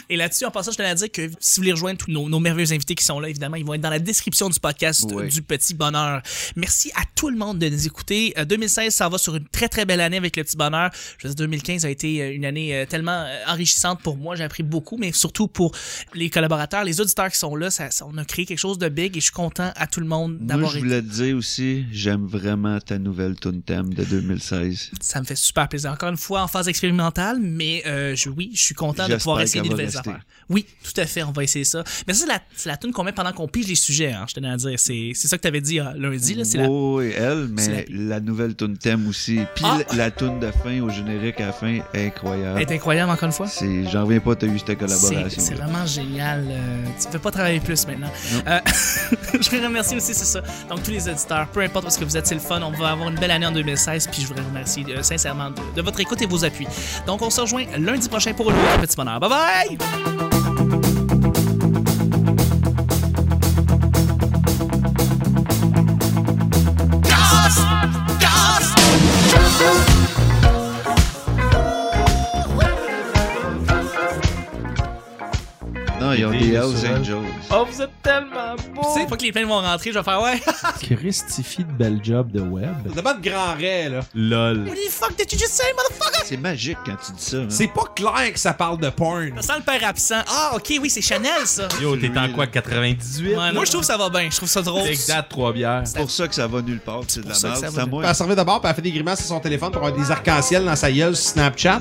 Speaker 3: Et là-dessus, en passant, je tenais à dire que si vous voulez rejoindre tous nos, nos merveilleux invités qui sont là, évidemment, ils vont être dans la description du podcast euh,
Speaker 1: Ouais.
Speaker 3: du Petit Bonheur. Merci à tout le monde de nous écouter. Euh, 2016, ça va sur une très, très belle année avec le Petit Bonheur. Je veux dire, 2015 a été euh, une année euh, tellement euh, enrichissante pour moi. J'ai appris beaucoup, mais surtout pour les collaborateurs, les auditeurs qui sont là. Ça, ça- on a créé quelque chose de big et je suis content à tout le monde
Speaker 1: Moi,
Speaker 3: d'avoir
Speaker 1: je
Speaker 3: été.
Speaker 1: voulais te dire aussi, j'aime vraiment ta nouvelle tune thème de 2016.
Speaker 3: Ça me fait super plaisir. Encore une fois, en phase expérimentale, mais euh, je, oui, je suis content de
Speaker 1: J'espère
Speaker 3: pouvoir essayer
Speaker 1: qu'elle
Speaker 3: des
Speaker 1: va
Speaker 3: nouvelles
Speaker 1: rester.
Speaker 3: affaires. Oui, tout à fait, on va essayer ça. Mais ça, c'est la, c'est la tune qu'on met pendant qu'on pige les sujets, hein, je tenais à dire. C'est c'est ça que tu avais dit hein, lundi, là, c'est la...
Speaker 1: Oh, oui, elle, mais
Speaker 3: c'est
Speaker 1: la... nouvelle tune thème aussi. Puis
Speaker 3: Ah!
Speaker 1: la, la tune de fin au générique à la fin, incroyable.
Speaker 3: Elle est incroyable, encore une fois.
Speaker 1: C'est, j'en reviens pas, t'as eu cette
Speaker 3: C'est c'est
Speaker 1: collaboration.
Speaker 3: vraiment génial. euh, tu peux pas travailler plus maintenant. Euh, je voudrais remercier aussi, c'est ça. Donc, tous les auditeurs, peu importe parce que vous êtes, c'est le fun. On va avoir une belle année en 2016. Puis je voudrais remercier euh, sincèrement de, de votre écoute et vos appuis. Donc, on se rejoint lundi prochain pour le nouveau petit bonheur. Bye bye!
Speaker 1: Non, ils ont
Speaker 4: Idée
Speaker 1: des
Speaker 4: de
Speaker 1: Hells
Speaker 4: Sauvage.
Speaker 1: Angels.
Speaker 4: Oh, vous êtes tellement beaux!
Speaker 3: Une fois que les plaines vont rentrer, je vais faire ouais.
Speaker 2: Christifie de bel job de web.
Speaker 6: T'as pas de grand ray, là.
Speaker 4: LOL.
Speaker 3: What the fuck did you just say, motherfucker?
Speaker 1: C'est magique quand tu dis ça. hein.
Speaker 2: C'est pas clair que ça parle de porn.
Speaker 3: Ça sent le père absent. Ah, ok, oui, c'est Chanel, ça.
Speaker 4: Yo, t'es en quoi, 98?
Speaker 3: Ouais, moi, je trouve que ça va bien. Je trouve ça drôle.
Speaker 4: Big date, trois bières.
Speaker 1: C'est pour ça que ça va nulle part, pis c'est de la
Speaker 3: pour ça que
Speaker 1: merde.
Speaker 3: ça
Speaker 1: C'est
Speaker 3: va
Speaker 1: à
Speaker 3: nulle
Speaker 1: moi.
Speaker 2: Elle servait d'abord, puis elle fait des grimaces sur son téléphone pour avoir des arcs-en-ciel dans sa gueule sur Snapchat.